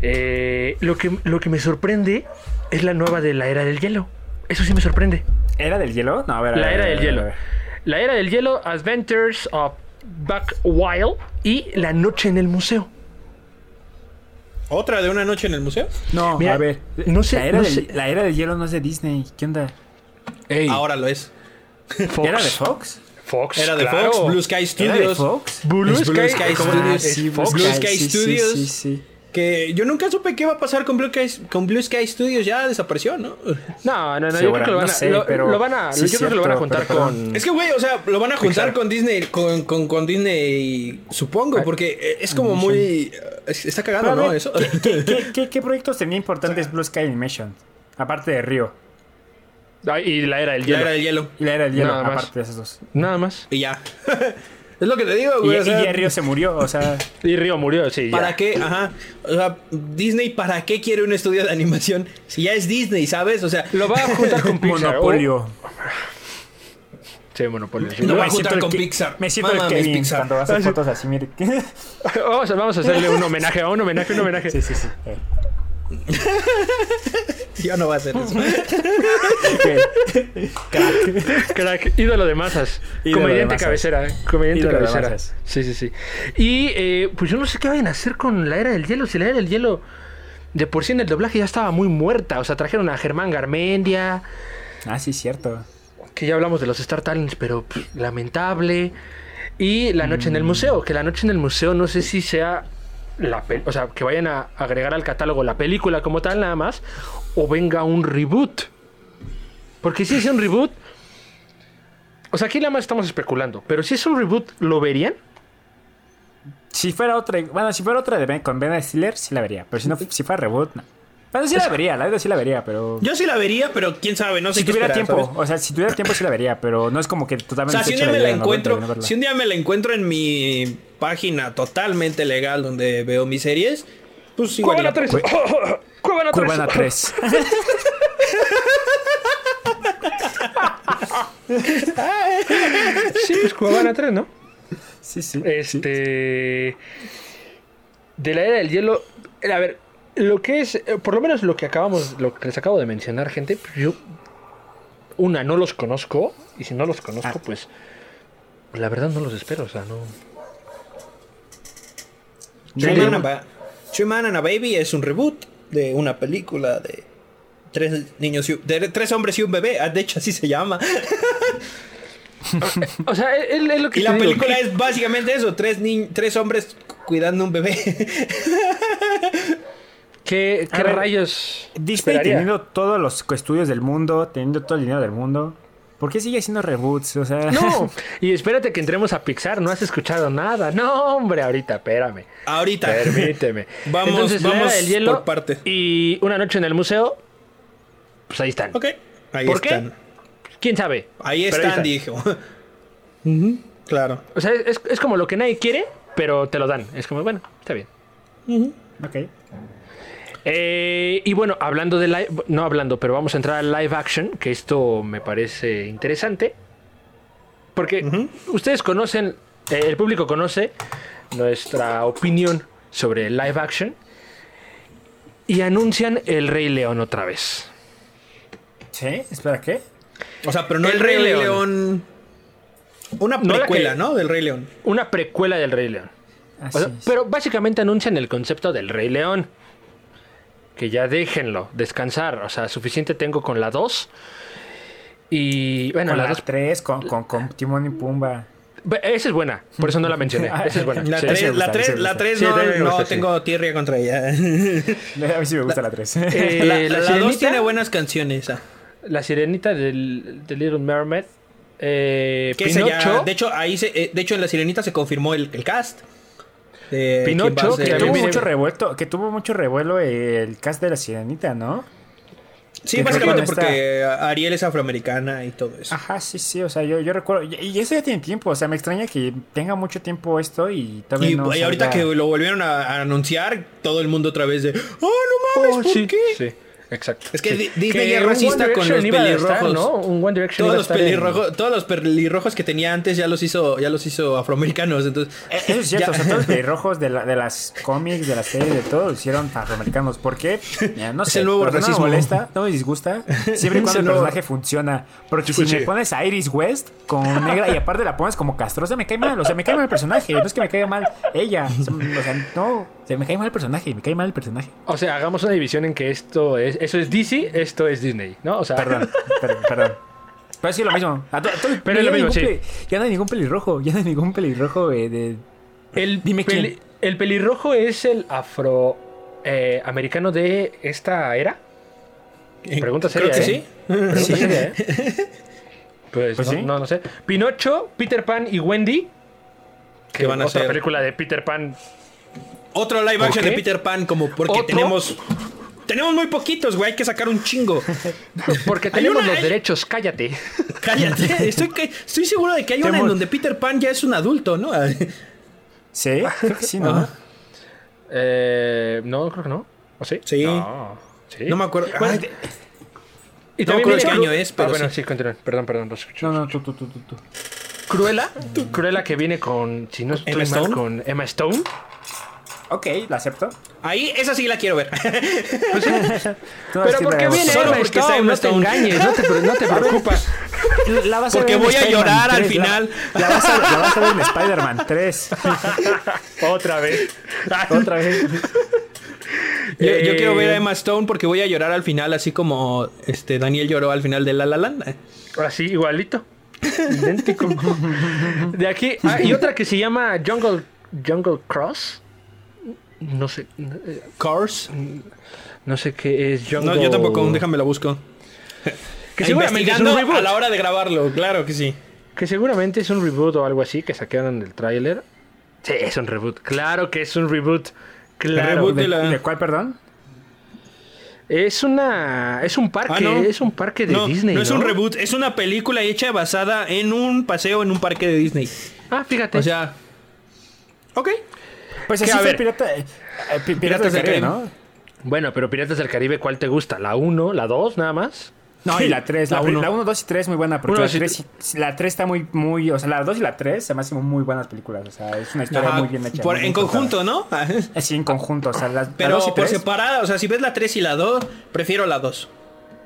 Eh, lo, que, lo que me sorprende es la nueva de la era del hielo. Eso sí me sorprende.
¿Era del hielo? No, a ver. a
La
ver,
era
a
del
ver, a
hielo.
ver.
La era del hielo, Adventures of Back Wild y La noche en el museo.
¿Otra de una noche en el museo?
No,
Mira,
a ver.
no sé-
La era,
no
del,
sé.
la era del hielo no es de Disney. ¿Qué onda?
Ahora lo es.
Fox.
¿Era de Fox?
Fox,
Era de
claro.
Fox, Blue Sky
¿Era de
Studios.
Fox? Ah,
Blue
Es Blue
Sky,
Sky
¿cómo
Studios.
es?
sí,
Fox.
Blue Sky
sí, sí,
Studios.
Sí, sí.
Que yo nunca supe qué iba a pasar con Blue, Sky, con Blue Sky Studios. Ya desapareció, ¿no?
No, no, no, yo creo
Segura,
que lo van a,
no sé,
lo,
pero
lo van a,
sí
yo
es
creo que lo van a
cierto,
juntar
pero
con
Es que, güey, o sea, lo van a juntar
Pixar.
con Disney, con, con, con Disney, supongo, porque eh, es como muy... eh, Está cagado,
Pero a
¿no?
ver,
Eso.
¿qué- qué, qué- qué- qué proyectos tenía importantes Blue Sky Animation? Aparte de Río.
Ah, y la era del
La
hielo.
era del hielo.
Y la era del hielo,
Nada más.
aparte de esos dos.
Nada más.
Y ya. es lo que te digo,
Y,
güey. o sea,
y ya Río se murió, o sea.
Y Río murió, sí. ya.
¿Para qué? Ajá. O sea, Disney, ¿para qué quiere un estudio de animación? Si ya es Disney, ¿sabes? O sea,
Lo va a juntar con Pixar.
Monopolio. Oh.
¿o? Sí, Monopolio. sí.
Lo va a
Me
juntar
siento el
con
Ke-
Pixar.
Me siento
Mamá,
el
me es
Kevin
Pixar.
cuando hace fotos así, mire.
Vamos, a, vamos a hacerle un homenaje, a un homenaje, un homenaje.
sí, sí, sí. Eh,
yo no va a hacer eso.
ok.
Crack, ídolo de masas.
Ídolo
comediante
de masas.
cabecera. ¿eh? Comediante
Ídolo de
cabecera.
masas.
sí, sí, sí. Y eh, pues yo no sé qué vayan a hacer con la era del hielo. Si la era del hielo, de por sí en el doblaje ya estaba muy muerta. O sea, trajeron a Germán Garmendia,
Ah, sí, cierto.
que ya hablamos de los Star Talents, pero pff, lamentable. Y La Noche en el Museo, que La Noche en el Museo no sé si sea. La pel- o sea, que vayan a agregar al catálogo la película como tal, nada más, o venga un reboot. Porque si es un reboot. O sea, aquí nada más estamos especulando, pero si es un reboot, ¿lo verían?
Si fuera otra, bueno, si fuera otra de Ben, con Ben Stiller, sí la vería. Pero si no, si fuera reboot, no. Bueno, sí la vería, la verdad sí la vería, pero.
Yo sí la vería, pero quién sabe, no sé
si
qué
tuviera
esperar,
tiempo,
¿sabes?
o sea, si tuviera tiempo sí la vería, pero no es como que
O
totalmente.
sea, si un
hecho
día me la
idea, no,
encuentro,
no, no, no, no.
si un día me la encuentro en mi página totalmente legal donde veo mis series, pues igual. y la-
Cuevana 3. Cuevana 3.
Cuevana 3.
Sí, es Cuevana 3, ¿no?
Sí, sí.
Eh,
Este. De la era del hielo. A ver, lo que es. eh, Por lo menos lo que acabamos. Lo que les acabo de mencionar, gente. pues Yo. Una, no los conozco. Y si no los conozco,
Ah.
pues. La verdad no los espero. O sea, no.
Yo
Three
digo-
Man, and Ba- Three Man and a Baby es un reboot de una película de tres niños y un- de tres hombres y un bebé. Ah, De hecho, así se llama.
O sea, es, es lo que.
Y
te
la
digo,
película
que-
es básicamente eso, tres, ni- tres hombres cuidando un bebé.
¿Qué,
A
qué
ver,
rayos.
Disney
esperaría?
teniendo todos los estudios del mundo, teniendo todo el dinero del mundo. ¿Por qué sigue haciendo reboots? O sea,
No, y espérate que entremos a Pixar, no has escuchado nada. No, hombre, ahorita, espérame.
Ahorita.
Permíteme.
Vamos,
Entonces, la era
vamos
del hielo
por partes.
Y una noche en el museo, pues ahí están.
Ok. Ahí
¿Por qué?
están.
¿Quién sabe?
Ahí
Pero
están, dijo. Claro.
O sea, es, es como lo que nadie quiere, pero te lo dan. Es como, bueno, está bien.
Ok.
Eh, y bueno, hablando de live, no hablando, pero vamos a entrar al live action, que esto me parece interesante. Porque ustedes conocen, eh, el público conoce nuestra opinión sobre el live action. Y anuncian el Rey León otra vez.
¿Sí? Espera, ¿qué?
O sea, pero no el, Rey León. Una
No la
precuela,
que-
¿no? Del Rey León.
Una precuela del Rey León. O
Así
sea,
es.
pero básicamente anuncian el concepto del Rey León. Que ya déjenlo, descansar. O sea, suficiente tengo con la 2. Y bueno,
con
la
la
2
3, con, con, con Timón y Pumba.
Ve- Esa es buena, por eso no la mencioné. Esa es buena.
La
sí.
3,
sí me
la
gusta, sí
3,
me
la
gusta.
3
Sí,
no,
también me
no
gusta, sí.
tengo tierra contra ella.
A mí sí me gusta la 3.
Eh,
la,
la
2
Sirenita.
tiene buenas canciones. ah.
La sirenita del, de Little Mermaid. eh,
Que esa ya-
Pinocho.
de hecho, ahí se, eh, de hecho, en la Sirenita se confirmó el, el cast. de quién va a
Pinocho, que
ser-
Que
también
tuvo
viene-
mucho revuelto, que tuvo mucho revuelo el cast de la sirenita, ¿no?
Sí,
que
básicamente
creo que
porque Ariel es afroamericana y todo eso.
Ajá, sí, sí, o sea, yo, yo recuerdo, y, y eso ya tiene tiempo, o sea, me extraña que tenga mucho tiempo esto y todavía
y,
no
y ahorita que
salga.
lo volvieron a, a anunciar, todo el mundo otra vez de ¡Oh, no mames!
Oh,
¿Por
sí,
qué?
sí, exacto.
Es que
Sí.
Di- Disney ya es
un
racista
One
con
Direction
los
iba a estar,
pelirrojos.
¿no? Un One Direction
Todos
iba a
los,
estar en-
pelirrojos, todos los pelirrojos que tenía antes ya los hizo, ya los hizo afroamericanos. Entonces,
Eh,
eh,
Eso es
ya-
cierto, o sea, todos los pelirrojos de, la- de las cómics, de las series, de todo, lo hicieron afroamericanos. ¿Por qué? Mira, no
Es
sé,
el nuevo
pero
racismo.
no me molesta, no me disgusta, siempre
Es
y cuando
el
el
nuevo-
personaje funciona. Porque si
Escuche.
me pones a Iris West con negra y aparte la pones como castrosa, me cae mal, o sea, me cae mal el personaje, no es que me caiga mal ella, o sea, no, se me cae mal el personaje, me cae mal el personaje.
O sea, hagamos una división en que esto es. Eso es DC, esto es Disney, ¿no? O sea,
Perdón, perdón, perdón. Pero es que lo mismo. A to- a to-
Pero es lo
ya no hay
mismo,
ningún
sí.
peli- Ya no hay ningún pelirrojo. Ya no hay ningún pelirrojo eh, de.
el,
Dime quién.
peli- el pelirrojo es el afro eh, americano de esta era. Pregunta
creo
seria,
que
¿eh?
sí.
Sí, ¿eh? Pues,
Pues
no,
sí.
no, no sé. Pinocho, Peter Pan y Wendy.
¿Qué van a
otra
hacer?
película de Peter Pan.
Otro live
¿Por
action
qué?
de Peter Pan, como porque
¿Otro?
tenemos. Tenemos muy poquitos, güey. Hay que sacar un chingo.
Porque
Hay
tenemos
una-
los
hay-
derechos, cállate.
Cállate. Estoy, que- estoy seguro de que hay una en
Tenemos-
donde Peter Pan ya es un adulto, ¿no?
Sí, creo que sí, ¿no?
Eh, no, creo que no. ¿O sí?
Sí.
No, sí.
No me acuerdo.
Bueno,
Ay,
y
no
también
me acuerdo
viene
qué
Cru-
año es, pero
Ah, bueno,
sí.
sí, continúen. Perdón, perdón, los escucho.
No, no, tú, tú, tú, tú. tú.
Cruella. Cruella que viene con. Si no estoy
¿Emma
mal,
Stone?
con Emma Stone.
Ok, la acepto.
Ahí, esa sí la quiero ver.
No, es
Pero
que
porque
me-
viene
Solo
Emma
porque está
Stone,
Emma
no te
Stone.
engañes, no te, no te preocupes.
La vas a
porque
ver en
voy a
Spider-Man
llorar al
3, la-
final.
La, vas a, la vas a ver en Spider-Man 3.
Otra vez.
Otra vez.
Yo, yo
Eh,
quiero ver a Emma Stone porque voy a llorar al final, así como este Daniel lloró al final de La La Land.
Así, igualito. Idéntico. De aquí. ah, y otra que se llama Jungle, Jungle Cross. No sé. no- eh,
Cars.
No sé qué es Jungle.
No, yo tampoco, déjame la busco.
Que seguramente es un
Investigando
reboot.
a la hora de grabarlo, claro que sí.
Que seguramente es un reboot o algo así que sacaron del tráiler. Sí, es un reboot. Claro que es un reboot. Claro.
Reboot
¿De,
de la-
de cuál, perdón?
Es una. Es un parque.
Ah, no.
Es un parque de
no,
Disney.
no es un reboot, es una película hecha basada en un paseo en un parque de Disney.
Ah, fíjate.
O sea, ok.
Pues
Que,
así
a
fue
ver.
Pirata, eh, eh, Pi- Piratas
Piratas
del
del
Caribe,
Caribe.
¿no?
Bueno, pero Piratas del Caribe, ¿cuál te gusta? ¿La 1? ¿La 2 nada más?
No, y la 3, la,
La
pri-
uno.
la 1, 2 y 3 muy buena, porque
Uno,
la
dos y
3, la 3 está muy, muy, o sea, la 2 y la 3 se me hacen muy buenas películas, o sea, es una historia
Ajá,
muy bien hecha.
por-
muy bien
en
contada.
conjunto, ¿no? Ajá.
Eh, Sí, en conjunto, o sea, las, la
Pero
2 y
por
3.
separada, o sea, si ves la 3 y la 2, prefiero la 2.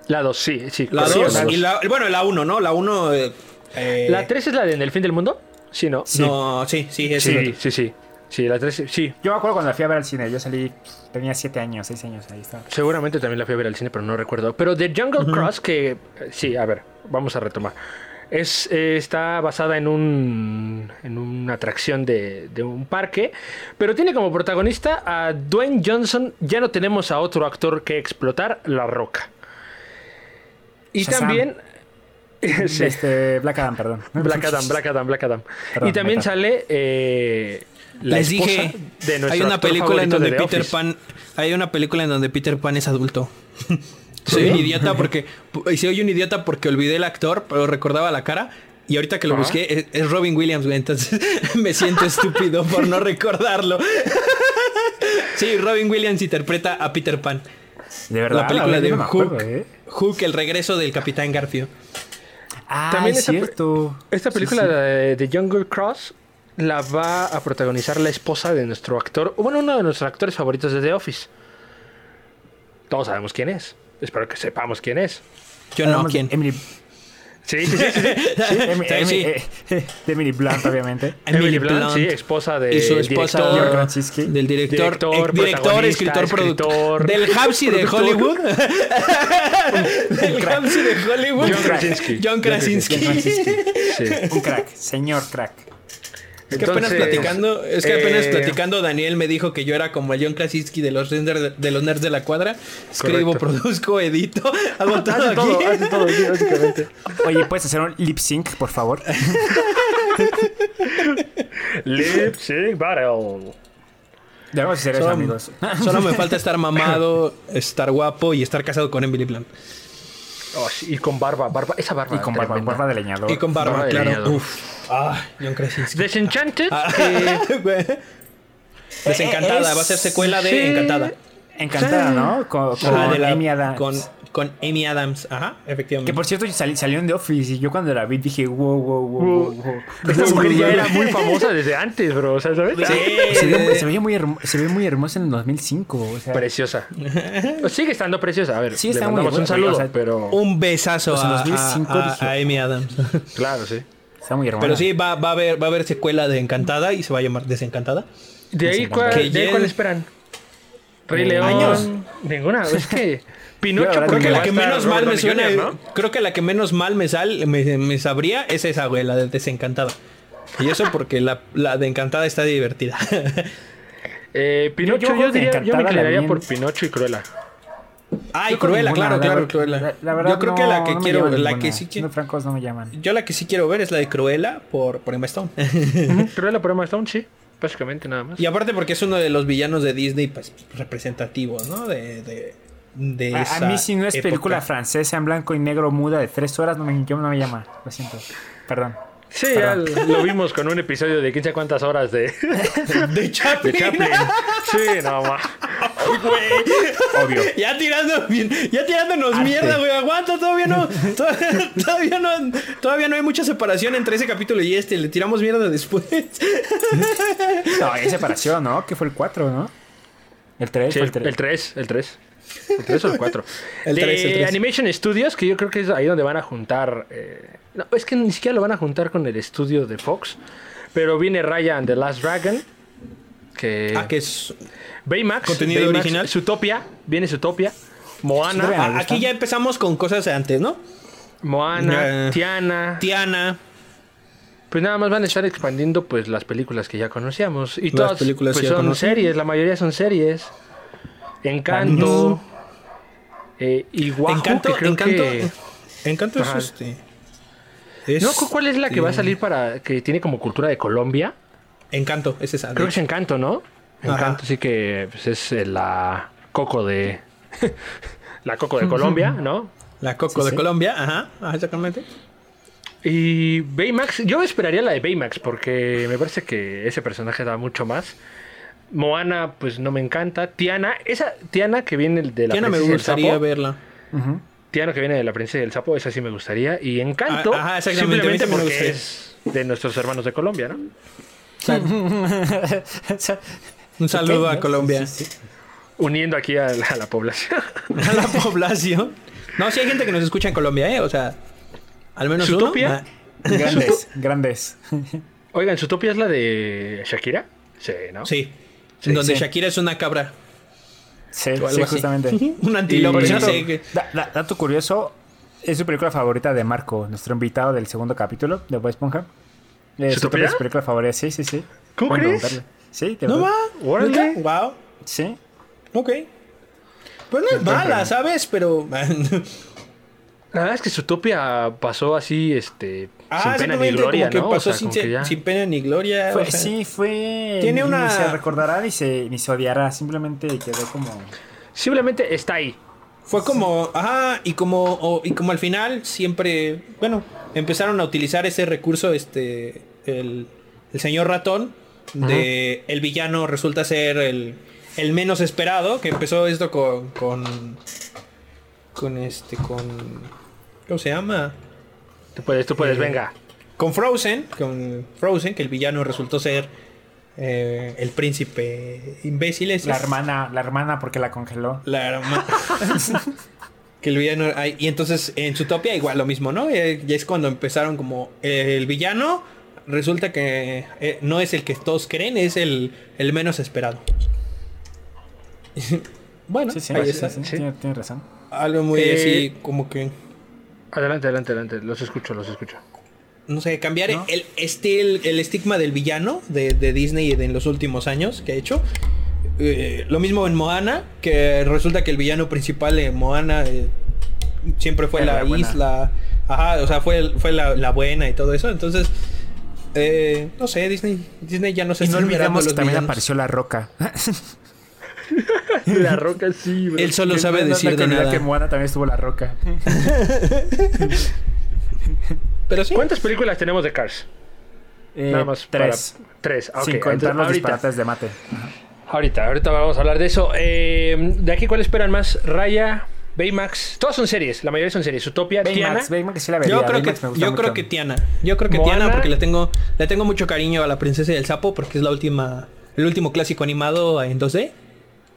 La 2, sí, sí.
La
Pues sí,
2
la
y
dos.
la. Bueno, la 1, ¿no? La 1. eh, eh,
¿La 3 es la de En el fin del mundo? Sí, ¿no?
sí.
No, sí, sí, es
Sí, sí, sí. Sí, la 3, sí.
Yo me acuerdo cuando la fui a ver al cine, yo salí, pues, tenía 7 años, 6 años, ahí estaba.
Seguramente también la fui a ver al cine, pero no recuerdo. Pero The Jungle Cross, que. eh, Sí, a ver, vamos a retomar. Es, eh, está basada en, un, en una atracción de, de un parque, pero tiene como protagonista a Dwayne Johnson. Ya no tenemos a otro actor que explotar, La Roca. Y
Shazam.
también. Sí.
Este, Black Adam, perdón.
Black Adam, Black Adam, Black Adam.
Perdón,
y también
meta.
sale eh, la
Les
esposa
dije,
de nuestro
hay una
actor
película en
favorito
donde
de The
Peter
Office.
Pan, hay una película en donde Peter Pan es adulto. Soy un idiota porque y soy un idiota porque olvidé el actor, pero recordaba la cara. Y ahorita que lo busqué es, es Robin Williams, güey. Entonces me siento estúpido por no recordarlo. sí, Robin Williams interpreta a Peter Pan.
De verdad, Ah,
la película
verdad,
de
yo no me
Hook.
acuerdo, ¿eh?
Hook, el regreso del Capitán Garfio.
Ah,
También
es
esa pe-
cierto.
Esta
Sí,
película
sí.
de The Jungle Cross la va a protagonizar la esposa de nuestro actor, bueno, uno de nuestros actores favoritos de The Office. Todos sabemos quién es. Espero que sepamos quién es.
Yo no,
Hablamos de
¿quién?
Emily, Em-,
Sí, sí, sí. sí, Ah, sí.
Emi-
Sí,
Emi-
sí.
eh, de Emily Blunt, obviamente.
Emily Blunt, sí, esposa de
y su esposa
George
director.
Krasinski.
del director,
Director,
eh, director
protagonista,
escritor,
escritor,
productor del Hapsi de
productor.
Hollywood, del Hapsi de Hollywood,
John Krasinski.
John Krasinski.
John Krasinski.
Sí.
Un crack, señor crack.
Es que apenas
Entonces,
platicando, es que apenas
eh,
platicando Daniel me dijo que yo era como el John Krasinski de los nerds de los nerds de la cuadra. Escribo,
Correcto.
produzco, edito, hago todo
Hace
aquí.
todo, hace todo, sí, básicamente.
Oye, ¿puedes hacer un lip sync, por favor?
Lip Sync Battle.
Debemos hacer eso,
Solo-
amigos.
Solo me falta estar mamado, estar guapo y estar casado con Emily Blunt.
Oh, sí, y con barba, barba, esa barba.
Y con barba,
tremenda.
barba de leñador.
Y con barba,
Barba de
claro.
leñador.
Uf. Ah, John Krasinski.
Desenchanted.
Ah,
eh,
Güey. Desencantada,
es-
va a ser secuela de
sí.
Encantada.
Encantada, ¿no? Con, con
Ah. Ajá, de la-
Amy Adams.
Con, con Amy Adams, ajá, efectivamente.
Que por cierto salí- salió en The Office y yo cuando la vi dije, wow, wow, wow, wow, wow.
Esta mujer ya era muy famosa desde antes, bro. o sea, ¿sabes?
Sí,
Se ve, se veía muy hermo- se ve muy hermosa en el 2005. O sea,
Preciosa. Sigue estando preciosa. A ver,
Sí,
le
está muy
mandamos un
buena,
saludo,
o sea,
pero...
un besazo
Pues en
a,
2005
a- a-
dije.
a Amy Adams.
Claro, sí.
está muy hermosa.
Pero sí, va, va, a haber, va a haber secuela de Encantada y se va a llamar Desencantada.
¿De ahí cuál,
Que
de ahí
ya-
cuál esperan? Rey
Mm,
León.
años.
Ninguna. Es que
Yo,
Pinocho,
la verdad,
porque
Creo que
va
la
a
que
estar
menos mal
Robert
me
Downey
suena,
Jr., ¿no?
creo que la que menos mal me, sal, me, me sabría es esa, güey, la de Desencantada. Y eso porque la, la de Encantada está divertida.
Eh, Pinocho,
Yo- yo
yo,
creo que
diría, yo me
Encantada
quedaría
también.
por Pinocho y Cruella.
Ay,
Yo con
Cruella,
ninguna,
claro,
la
claro,
verdad-
Cruella.
la- la verdad
Yo creo
no-
que la que
no me
quiero,
llaman
la que
ninguna.
sí quiero.
No, francos no me llaman.
Yo la que sí quiero ver es la de Cruella por, por Emma Stone.
Ujú, Cruella por Emma Stone, sí. Básicamente nada más.
y aparte porque es uno de los villanos de Disney pues, representativos, ¿no? De, de, de
A, a
esa
mí si no es
época.
película francesa en blanco y negro muda de tres horas, no me, yo no me llama. Lo siento. Perdón.
Sí, ya lo vimos con un episodio de 15 a cuántas horas de,
De
de
Chaplin.
Chaplin. Sí, no más.
Obvio.
ya tirando, ya tirándonos
Arte.
mierda, güey. Aguanta, todavía no, todavía, todavía no, todavía no hay mucha separación entre ese capítulo y este. Le tiramos mierda después.
No, hay separación, ¿no? Que fue el 4, ¿no? El 3
Sí,
fue el
el,
3.
3, el 3. El 3 o el 4.
El
de
tres, el tres.
Animation Studios, que yo creo que es ahí donde van a juntar. eh, no, es que ni siquiera lo van a juntar con el estudio de Fox. Pero viene Ryan the Last Dragon. Que.
Ah, que es-
Baymax.
Contenido
Baymax,
original.
Zootopia. Viene Zootopia.
Sí,
Moana.
vean.
ah, aquí ya empezamos con cosas de antes, ¿no?
Moana.
Ya.
Tiana.
Tiana,
Pues nada más van a estar expandiendo pues las películas que ya conocíamos. Y todas
películas
pues,
que ya
son
conocemos.
series, la mayoría son series. Encanto. Eh, y Wahoo,
Encanto,
que creo
Encanto,
que-
Encanto es
Ajá.
este. es-
No, ¿cu- ¿cuál es la que
este
va a salir para que tiene como cultura de Colombia?
Encanto, es esa. de
Creo que es
hecho.
Encanto, ¿no?
Ajá.
Encanto sí que pues, es eh, la coco de la coco de Colombia, ¿no?
La Coco de Colombia, ajá, ajá, exactamente.
Y Baymax, yo esperaría la de Baymax porque me parece que ese personaje da mucho más. Moana, pues no me encanta. Tiana, esa Tiana que viene de la
Ya no me
princesa y el
gustaría
sapo,
verla.
cristiano que viene de La Princesa y el Sapo, esa sí me gustaría. Y Encanto,
Ah, ajá, exactamente,
simplemente
a mí también me
porque es
gusta.
de nuestros hermanos de Colombia, ¿no?
O sea,
Un saludo
Ok,
a
¿no?
Colombia.
Sí, sí.
Uniendo aquí a la, a la población.
A la población. No, sí hay gente que nos escucha en Colombia, ¿eh? O sea, al menos uno.
¿Zootopia?
Ah,
Grandes, grandes.
Oigan, ¿su topia es la de Shakira? Sí, ¿no?
Sí.
Sí,
Donde
sí.
Shakira es una cabra.
Sí,
o algo
sí,
así.
justamente.
Un antílope.
Por
no
cierto,
sé qué.
da- da- dato curioso, es su película favorita de Marco, nuestro invitado del segundo capítulo de Bob Esponja. Eh, su
¿Zootopia?
su película favorita, sí, sí, sí.
¿Cómo
Pueden
crees?
preguntarle. Sí, de
No va.
verdad.
Órale.
¿Neta? Wow.
Sí.
Ok. Pues no es mala, ¿sabes? Pero. ah,
La verdad es que Zootopia pasó así, este, sin pena ni
Ah, exactamente,
gloria,
como que
¿no? O
pasó
sea,
sin,
como que
se-
ya-
sin pena ni gloria.
Fue-
o sea,
sí, fue.
Tiene
ni-
una-
Ni se recordará ni se, ni se odiará, simplemente quedó como.
Simplemente está ahí.
Fue como, ajá, y como, o- y como al final siempre, bueno, empezaron a utilizar ese recurso, este, el, el señor ratón, de el villano resulta ser el, el menos esperado, que empezó esto con, con, con este, con, ¿cómo se llama?
Tú puedes, tú puedes, venga.
Con Frozen, con Frozen, que el villano resultó ser eh, el príncipe imbécil ese.
La hermana, la hermana porque la congeló.
La herma- que el villano. ay, y entonces en Zootopia igual lo mismo, ¿no? Eh, Ya es cuando empezaron como eh, el villano. Resulta que eh, no es el que todos creen, es el, el menos esperado. bueno,
Sí, sí,
ahí
sí,
está.
sí,
sí.
Tiene, tiene razón.
Algo muy
Eh,
así como que.
Adelante, adelante, adelante. Los escucho, los escucho.
No sé, cambiar
¿No?
el, estil- el estigma del villano de, de Disney en los últimos años que ha hecho. Eh, lo mismo en Moana, que resulta que el villano principal de Moana eh, siempre fue
Era
la
la buena.
isla. Ajá, o sea, fue, fue la, la buena y todo eso. Entonces, eh, no sé, Disney, Disney ya no se
Y no
está liberando
olvidemos
a
que
los
también
villanos.
apareció la roca.
La roca sí, bro.
Él solo sabe
No, no,
decir
no,
de
olvidar
nada.
que en Moana también estuvo la roca.
Pero sí,
¿Cuántas películas tenemos de Cars?
Eh,
Nada más para-
Tres.
Tres, ah, ok.
Sin contar
Entonces,
los
ahorita,
disparates de mate.
ahorita, ahorita vamos a hablar de eso. Eh, ¿De aquí cuál esperan más? Raya, Baymax. Todas son series, la mayoría son series. Utopia, Tiana.
Baymax, Baymax sí la vería.
yo creo que
Baymax me gusta
yo creo
mucho.
que Tiana, yo creo que
Moana.
Tiana porque le tengo le tengo mucho cariño a la princesa y el sapo porque es la última el último clásico animado en 2D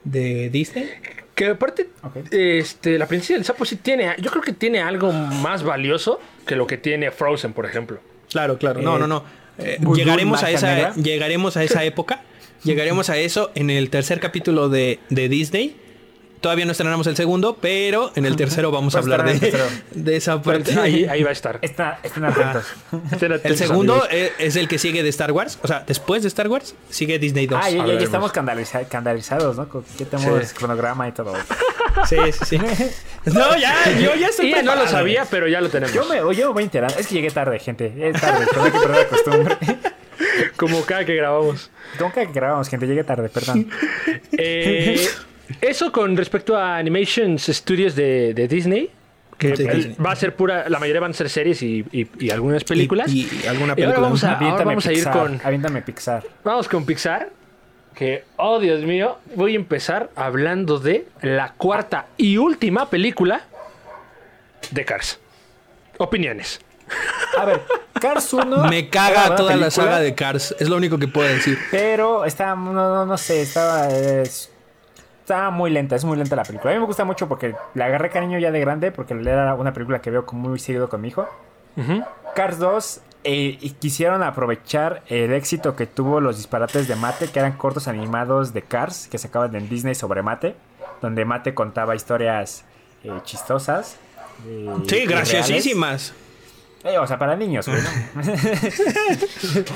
de Disney.
Que aparte,
Ok.
este, la princesa del sapo sí tiene, yo creo que tiene algo más valioso que lo que tiene Frozen, por ejemplo.
Claro, claro. No,
Eh,
no, no. Eh,
Vudú,
llegaremos a
Marca
esa
Negra.
llegaremos a esa época. llegaremos a eso en el tercer capítulo de, de Disney. Todavía no estrenamos el segundo, pero en el tercero vamos a
Va a
hablar de,
estrenar el
de esa parte.
Ahí, ahí va a estar.
Está, están atentos.
Estén
El
atentos,
segundo
amigos.
eh, es el que sigue de Star Wars. O sea, después de Star Wars sigue Disney 2.
Ah, ya, ya- ya
Hablaremos.
estamos escandaliza- escandalizados, ¿no? Con que tenemos
Sí.
cronograma y todo.
Sí, sí, sí. No, ya, yo ya estoy.
Y no lo
preparado.
sabía, pero ya lo tenemos.
Yo me, yo me voy enterando. Es que llegué tarde, gente. Es tarde, pero hay que perder la costumbre.
Como cada que grabamos.
¿Cómo que grabamos, gente? Llegué tarde, perdón.
Eh, eso con respecto a Animations Studios de, de Disney. Que
Sí,
el-
Disney.
va a ser pura. La mayoría van a ser series y, y- y algunas películas.
Y, y alguna
Y ahora
película.
vamos a-
Aviéntame
vamos a ir
Pixar,
con-
Aviéntame Pixar.
Vamos con Pixar. Que, oh Dios mío, voy a empezar hablando de la cuarta y última película de Cars. Opiniones.
A ver, Cars 1.
Me
era
caga
buena
toda la
película,
saga de Cars. Es lo único que puedo decir.
Pero estaba, no, no, no sé, estaba. eh, es- estaba muy lenta, es muy lenta la película. A mí me gusta mucho porque la agarré cariño ya de grande, porque era una película que veo como muy seguido con mi hijo.
Ujú.
Cars 2 eh, y quisieron aprovechar el éxito que tuvo los disparates de Mate, que eran cortos animados de Cars que sacaban en Disney sobre Mate, donde Mate contaba historias eh, chistosas. eh,
Sí,
y
graciosísimas.
reales. Eh, o sea, para niños, güey, ¿no?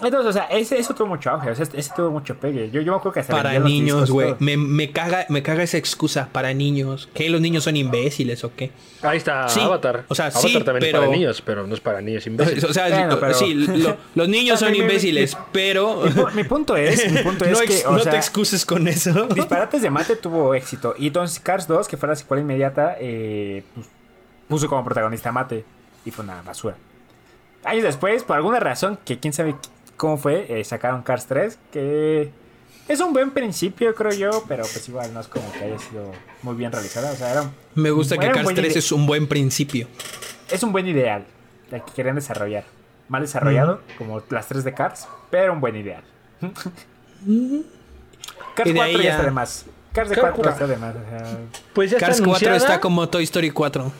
Entonces, o sea, ese, eso tuvo mucho auge, o sea, ese tuvo mucho pegue. Yo, yo me acuerdo que hasta
Para
vendían los
niños,
discos,
güey.
todo.
Me, me caga, me caga esa excusa para niños. ¿Que los niños son imbéciles o qué?
Ahí está
Sí,
Avatar.
o sea,
Avatar
sí,
también es
pero-
para niños, pero no es para niños imbéciles.
O sea,
Bueno,
lo-
pero-
sí, lo- los niños son
Mi- mi- mi-
imbéciles,
mi-
pero
Mi, pu- mi punto es, mi punto es
no, ex-
que, o
no
sea,
te excuses con eso.
Disparates de Mate tuvo éxito. Y entonces Cars 2, que fue la secuela inmediata, eh, pues, puso como protagonista a Mate. Y fue una basura. Años después, por alguna razón, que quién sabe qu- cómo fue, eh, sacaron Cars 3, que Es un buen principio, creo yo, pero pues igual no es como que haya sido muy bien realizada. O sea, era un-
Me gusta
era
que
un
Cars
buen
3
ide-
es un buen principio.
es un buen ideal la que querían desarrollar. Mal desarrollado, como las tres de Cars, pero un buen ideal. Cars
Y de ahí
4 ya
ya-
está de más. Cars de
Cars
4 ya
4.
está de más. o sea,
Pues ya
Cars
está
4
anunciada.
está como Toy Story 4.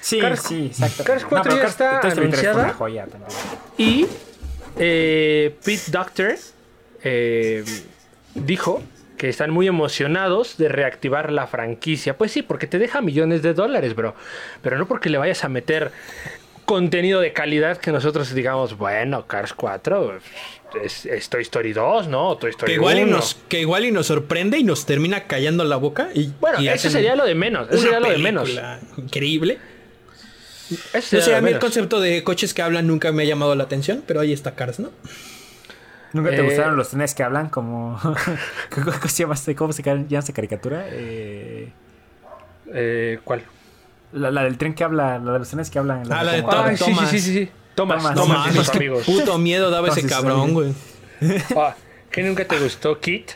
sí,
Cars-
sí, exacto.
Cars 4
pero
ya está
Toy Story 3 fue una
anunciada.
joya también.
Y eh, Pete Doctor eh, dijo que están muy emocionados de reactivar la franquicia. Pues sí, porque te deja millones de dólares, bro. Pero no porque le vayas a meter contenido de calidad que nosotros digamos, bueno, Cars 4 es, es Toy Story 2, ¿no? O Toy Story
Que igual, y
1.
nos, que igual y nos sorprende y nos termina callando la boca. Y,
Bueno,
y
eso
hacen
sería lo de menos. Eso sería
una
lo de menos.
película Increíble.
Eso
No
sería
sé,
lo
a
de
mí el
menos.
concepto de coches que hablan nunca me ha llamado la atención, pero ahí está Cars, ¿no?
¿Nunca te
Eh,
gustaron los trenes que hablan como... ¿Cómo se llama esta- cómo se llama esta caricatura? Eh,
Eh, ¿Cuál?
la, la del tren que habla, la de los trenes que hablan.
Ah, la de
como-
Tom-
Ay, sí, sí,
Thomas.
sí, sí, sí. Thomas,
Thomas.
Thomas,
Toma,
y sus
es que
amigos.
puto miedo daba ese
Entonces,
cabrón,
oye.
güey.
Ah, ¿Qué nunca te gustó? Kit.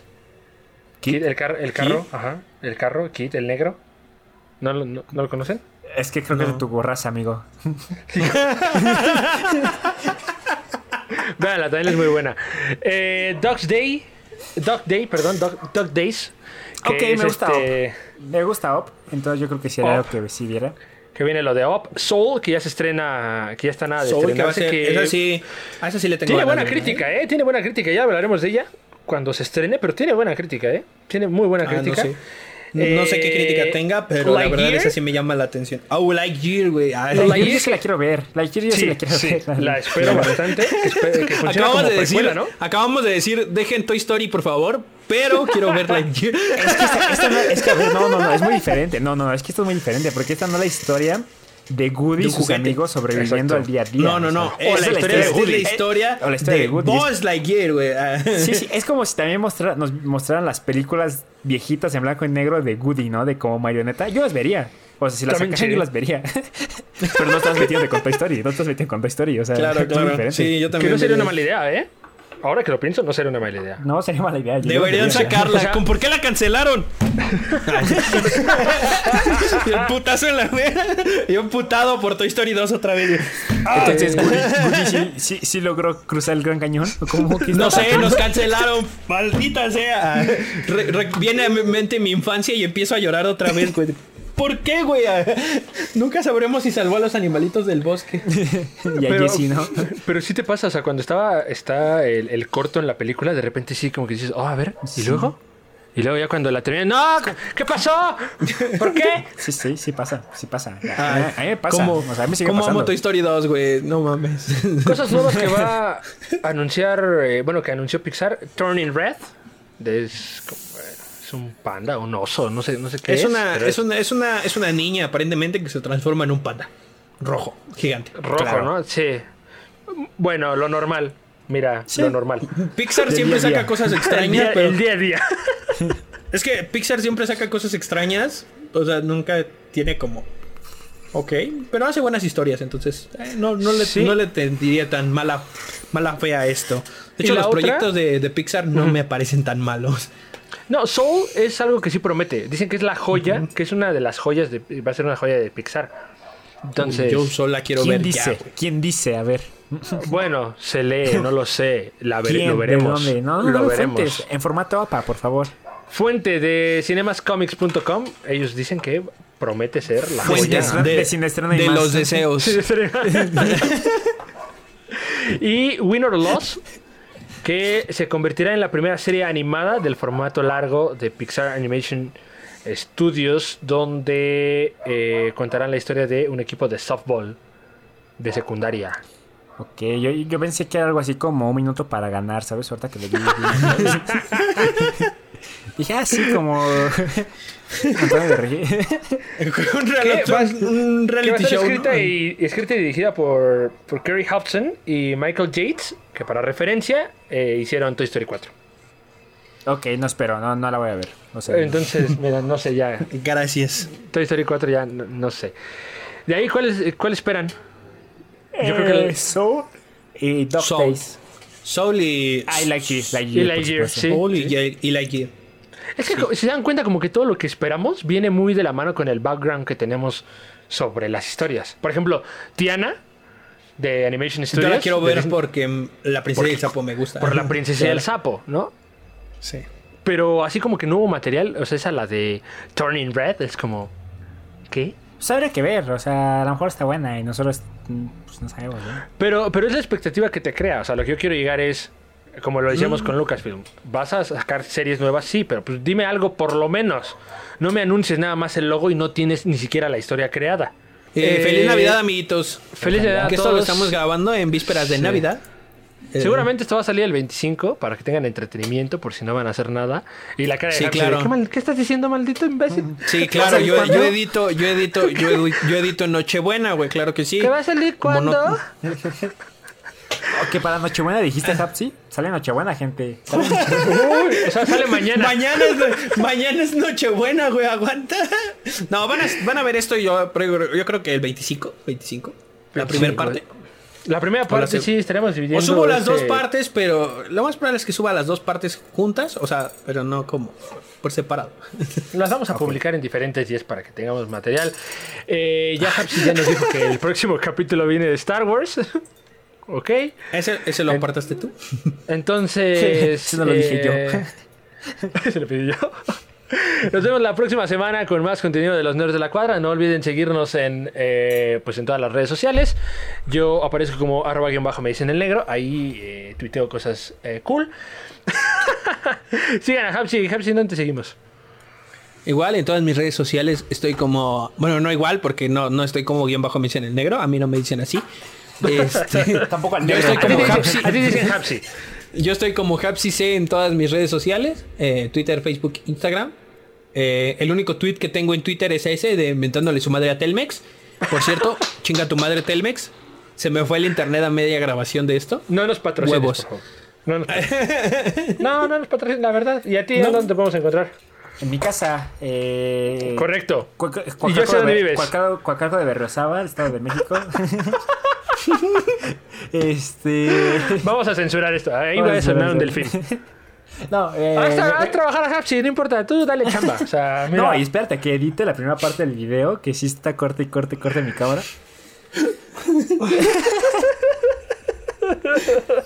Kit.
Kit, el, car- el carro, ajá. El carro, Kit, el negro. ¿No, lo- no, no lo conocen?
Es que creo que es de tu gorraza, amigo.
Véanla, también es muy buena. Eh, Dog's Day. Dog Day, perdón, Dog, Dog Days. que
Ok,
es
me gusta
este-
Me gusta Op, entonces yo creo que sería
Up.
algo que sí viera.
que viene lo de Up. Soul, que ya se estrena, que ya está nada de
Soul, que va a
estrenarse,
ser-
que-
esa sí, a esa sí le tengo
Tiene
ganas
buena
de ver, ¿eh?
crítica, ¿eh? Tiene buena crítica, ya hablaremos de ella cuando se estrene, pero tiene buena crítica, ¿eh? Tiene muy buena
Ah,
crítica.
no sé. No- no sé qué
Eh,
crítica tenga, pero la verdad
Lightyear.
esa sí me llama la atención. Oh, Lightyear, güey. Ah, Ay,
La
Lightyear-
Lightyear sí la quiero ver. La Lightyear yo sí, la
Sí,
quiero
sí,
ver.
la espero bastante. que espe- que funciona
Acabamos
como
de decir,
precuela, ¿no?
acabamos de decir, dejen Toy Story, por favor, pero quiero ver Lightyear.
Es que, esta- esta no- es que, a ver, no, no, no, es muy diferente. No, no, no, es que esto es muy diferente porque esta no es la historia de Woody y
De
sus
juguete.
amigos
Exacto.
sobreviviendo al día a día.
No, no, no.
O sea,
Es la historia de Woody.
Es
la historia
o la historia de
de
Woody.
Buzz Lightyear, güey. Ah.
Sí, sí, es como si también mostra- nos mostraran las películas viejitas en blanco y negro de Woody, ¿no? De como marioneta. Yo las vería. O sea, si las
También
sacaran,
sí.
yo las vería. Pero no estás metido con Toy Story. No estás metido con Toy Story. O sea,
Claro,
es muy
claro.
diferente.
Sí, yo
Que
también.
no sería una
vería.
mala idea, ¿eh? Ahora que lo pienso, no sería una mala idea.
No, sería mala idea. yo- yo
Deberían
las vería.
sacarla.
O sea-
¿Con por qué la cancelaron? y el putazo en la wea. Y un putado por Toy Story 2 otra vez.
Ah.
Ah. Este,
Entonces, Woody, Woody sí, sí- sí logró cruzar el Gran Cañón. ¿O ¿Cómo que
No sé, nos cancelaron. Maldita sea. Re- re- viene a mi mente mi infancia y empiezo a llorar otra vez, güey. ¿Por qué, güey? Ah, Nunca sabremos si salvó a los animalitos del bosque.
Y a
Pero-
Jesse, ¿no?
Pero sí te pasa, o sea, cuando estaba está el, el corto en la película, de repente sí como que dices, oh, a ver, ¿y luego? Y luego ya cuando la terminan, ¡no! ¿Qué pasó? ¿Por qué?
Sí, sí, sí pasa. Sí pasa.
Ah,
A,
Ay,
a mí me pasa.
¿Cómo,
o sea, a mí me sigue
cómo amo
pasando.
Toy Story 2, güey? No mames.
Cosas nuevas que va a anunciar, eh, bueno, que anunció Pixar, Turning Red, de- es, como, eh, es un panda, un oso, no sé, no sé qué es.
Es una,
pero
es, una, es, una, es una niña aparentemente que se transforma en un panda. Rojo, gigante.
rojo,
claro.
¿no? Sí. Bueno, lo normal. Mira, lo normal.
Pixar
Del
siempre
día a
saca
día.
cosas
El
extrañas,
día,
pero...
el día a día.
Es que Pixar siempre saca cosas extrañas. O sea, nunca tiene como. Ok, pero hace buenas historias, entonces eh, no, no, le,
Sí.
no le tendría tan mala, mala fe a esto.
¿Y
De hecho,
la
los
otra?
proyectos de, de Pixar no me parecen tan malos.
No, Soul es algo que sí promete. Dicen que es la joya, que es una de las joyas de. Va a ser una joya de Pixar. Entonces,
Yo sola quiero
¿Quién
ver
dice?
ya. güey.
¿Quién dice? A ver.
bueno, se lee, no lo sé. La vere-
¿Quién?
lo veremos.
¿De dónde? No, no,
lo
no,
veremos.
fuentes. En formato APA, por favor.
Fuente de cinemascomics.com. Ellos dicen que promete ser la
Fuentes
joya.
Sin
de,
de sin estreno y
de
más.
los deseos.
y Win or Loss, que se convertirá en la primera serie animada del formato largo de Pixar Animation Studios, donde eh, contarán la historia de un equipo de softball de secundaria.
Ok, yo, yo pensé que era algo así como un minuto para ganar, ¿sabes? Ahorita que lo vi. Dije así como. Antonio de Rey.
un reality,
va a-
un
Que va a
reality
estar
show. ¿no? Ah.
escrita y, escrita y dirigida por, por Kerry Hobson y Michael Yates, que para referencia eh, hicieron Toy Story 4.
Ok, no espero, no, no la voy a ver. No sé.
Entonces, mira, no sé ya.
Gracias.
Toy Story 4 ya no, no sé. De ahí, ¿cuál, es- cuál esperan?
yo creo que. Soul Eh, y Dog
Soul.
Days.
Soul y.
I like you, like
Ah, Y
you. por
Lightyear,
supuesto.
sí.
Soul y, y Lightyear.
Es que co- si se dan cuenta como que todo lo que esperamos viene muy de la mano con el background que tenemos sobre las historias. Por ejemplo, Tiana de Animation
Yo
Studios.
la quiero
de
ver
Disney-
porque mm, la princesa
Porque-
y el sapo me gusta.
por la princesa y el sapo, ¿no?
Sí.
Pero así como que no hubo material, o sea, esa la de Turning Red es como ¿qué?
Pues habría que ver, o sea, a lo mejor está buena y nosotros mm, pues, no sabemos, ¿no?
Pero pero es la expectativa que te crea, o sea, lo que yo quiero llegar es como lo decíamos
Mm.
con Lucasfilm, vas a sacar series nuevas, sí, pero pues dime algo por lo menos. No me anuncies nada más el logo y no tienes ni siquiera la historia creada.
Eh,
Eh,
feliz Navidad, amiguitos.
feliz Navidad a
Que esto lo
todos.
estamos grabando en vísperas de
Sí.
Navidad. Eh,
Seguramente esto va a salir el 25 para que tengan entretenimiento por si no van a hacer nada. Y la cara de
Sí,
Hamster de,
claro. Mm,
¿Qué, mal- qué estás diciendo, maldito imbécil?
Sí, claro,
salir
yo,
cuándo?
yo edito, yo edito, yo edu- yo edito en Nochebuena, güey, claro que sí.
¿Qué va a salir
Como no-
cuándo?
O que para Nochebuena dijiste, ¿sabes? Sí, sale Nochebuena, gente. Sale-
Uy, o sea, sale mañana.
Mañana es, mañana es Nochebuena, güey, aguanta. No, van a, van a ver esto yo, pero yo creo que el 25, 25, la primera
25,
parte.
La primera parte
seg-
sí estaremos dividiendo.
O subo las dos
este-
partes, pero lo más probable es que suba las dos partes juntas, o sea, pero no como por separado.
Las vamos a publicar en diferentes días para que tengamos material. Eh, ya Hapsi ya nos dijo que el próximo capítulo viene de Star Wars. ok.
Ese, ese lo apartaste tú.
Entonces.
Eso no lo dije
yo. se lo pedí yo. Nos vemos la próxima semana con más contenido de los Nerds de la Cuadra. No olviden seguirnos en, eh, pues en todas las redes sociales. Yo aparezco como arroba guión bajo me dicen el negro. Ahí eh, tuiteo cosas eh, cool. Sigan a Hapsi. Hapsi, ¿dónde te seguimos?
Igual en todas mis redes sociales estoy como, bueno, no igual porque no, no estoy como guión bajo me dicen el negro, a mí no me dicen así. Este,
Tampoco al
Yo
negro.
estoy
A ti
como
te dicen-
Hapsi.
a ti te dicen Hapsi.
Yo estoy como HapsiC en todas mis redes sociales, eh, Twitter, Facebook, Instagram. Eh, el único tweet que tengo en Twitter es ese de inventándole su madre a Telmex. Por cierto, chinga tu madre Telmex. Se me fue el internet a media grabación de esto.
No nos patrocines,
Huevos.
por favor. No, nos patrocines. no, no nos patrocines, la verdad. ¿Y a ti en dónde te podemos encontrar?
En mi casa, eh...
Correcto.
Cuac- Cuac-
Y yo sé
Cuacalco de
dónde
Ber-
vives.
Cuacalco- Cuacalco de Berriozábal, Estado de México. este...
Vamos a censurar esto. Ahí
Vamos
va a
a
sonar un
censurar.
delfín.
No, eh...
Haz, haz trabajar a Hapsi, no importa. Tú dale chamba. O sea, mira.
No, y espérate, que edite la primera parte del video, que sí está corte y corte y corte mi cámara.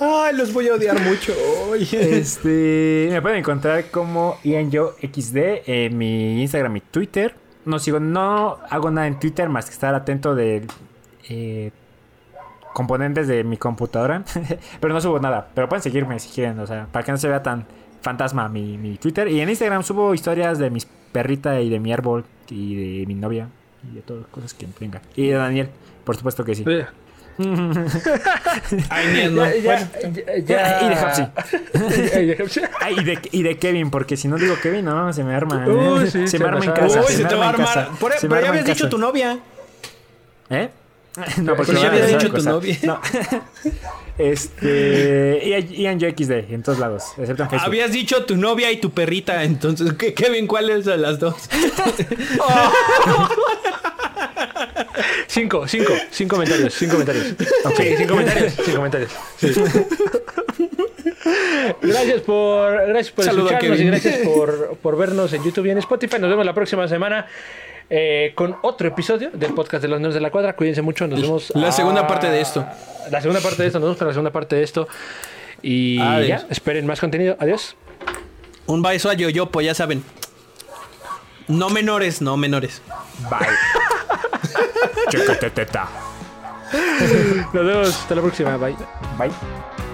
Ay, los voy a odiar mucho.
Este, me pueden encontrar como IanJoXD en mi Instagram y Twitter. No sigo, no hago nada en Twitter más que estar atento de eh, componentes de mi computadora. pero no subo nada. Pero pueden seguirme si quieren, o sea, para que no se vea tan fantasma mi, mi Twitter. Y en Instagram subo historias de mis perrita y de mi árbol y de mi novia y de todas las cosas que tenga. Y de Daniel, por supuesto que sí.
Ya-
Ay, mía, no.
Eh, ya- ya- ya-
Y de Hapsi.
Y de Hapsi.
Ah, y de, y de Kevin, porque si no digo Kevin, no, se me arma. ¿eh?
Uy, sí,
se
te
me arma en
pasaste.
casa.
Uy,
se
se
me
te va a
arma en
armar.
casa,
Por- e-
se me
pero ya
arma
habías
en
dicho
casa.
tu novia.
¿Eh? No, porque
Pero ya
me
habías
van a
dicho tu
acosar.
novia.
No. Este. Y Ian XD en todos lados, excepto en Facebook.
Habías dicho tu novia y tu perrita. Entonces, ¿qué- Kevin, ¿cuál es de las dos?
Cinco, cinco, cinco comentarios, cinco comentarios. Sí, cinco comentarios, cinco comentarios. Sí. Gracias por, gracias por
Saludo a
escucharnos y
Kevin.
gracias por, por vernos en YouTube y en Spotify. Nos vemos la próxima semana eh, con otro episodio del podcast de los Nerds de la Cuadra. Cuídense mucho, nos vemos.
La
a-
segunda parte de esto.
La segunda parte de esto, nos vemos para la segunda parte de esto. Y
Adiós.
ya, esperen más contenido. Adiós.
Un beso a Yoyopo, ya saben. No menores, no menores.
Bye. Chocototeta.
Nos vemos, hasta la próxima. Bye.
Bye.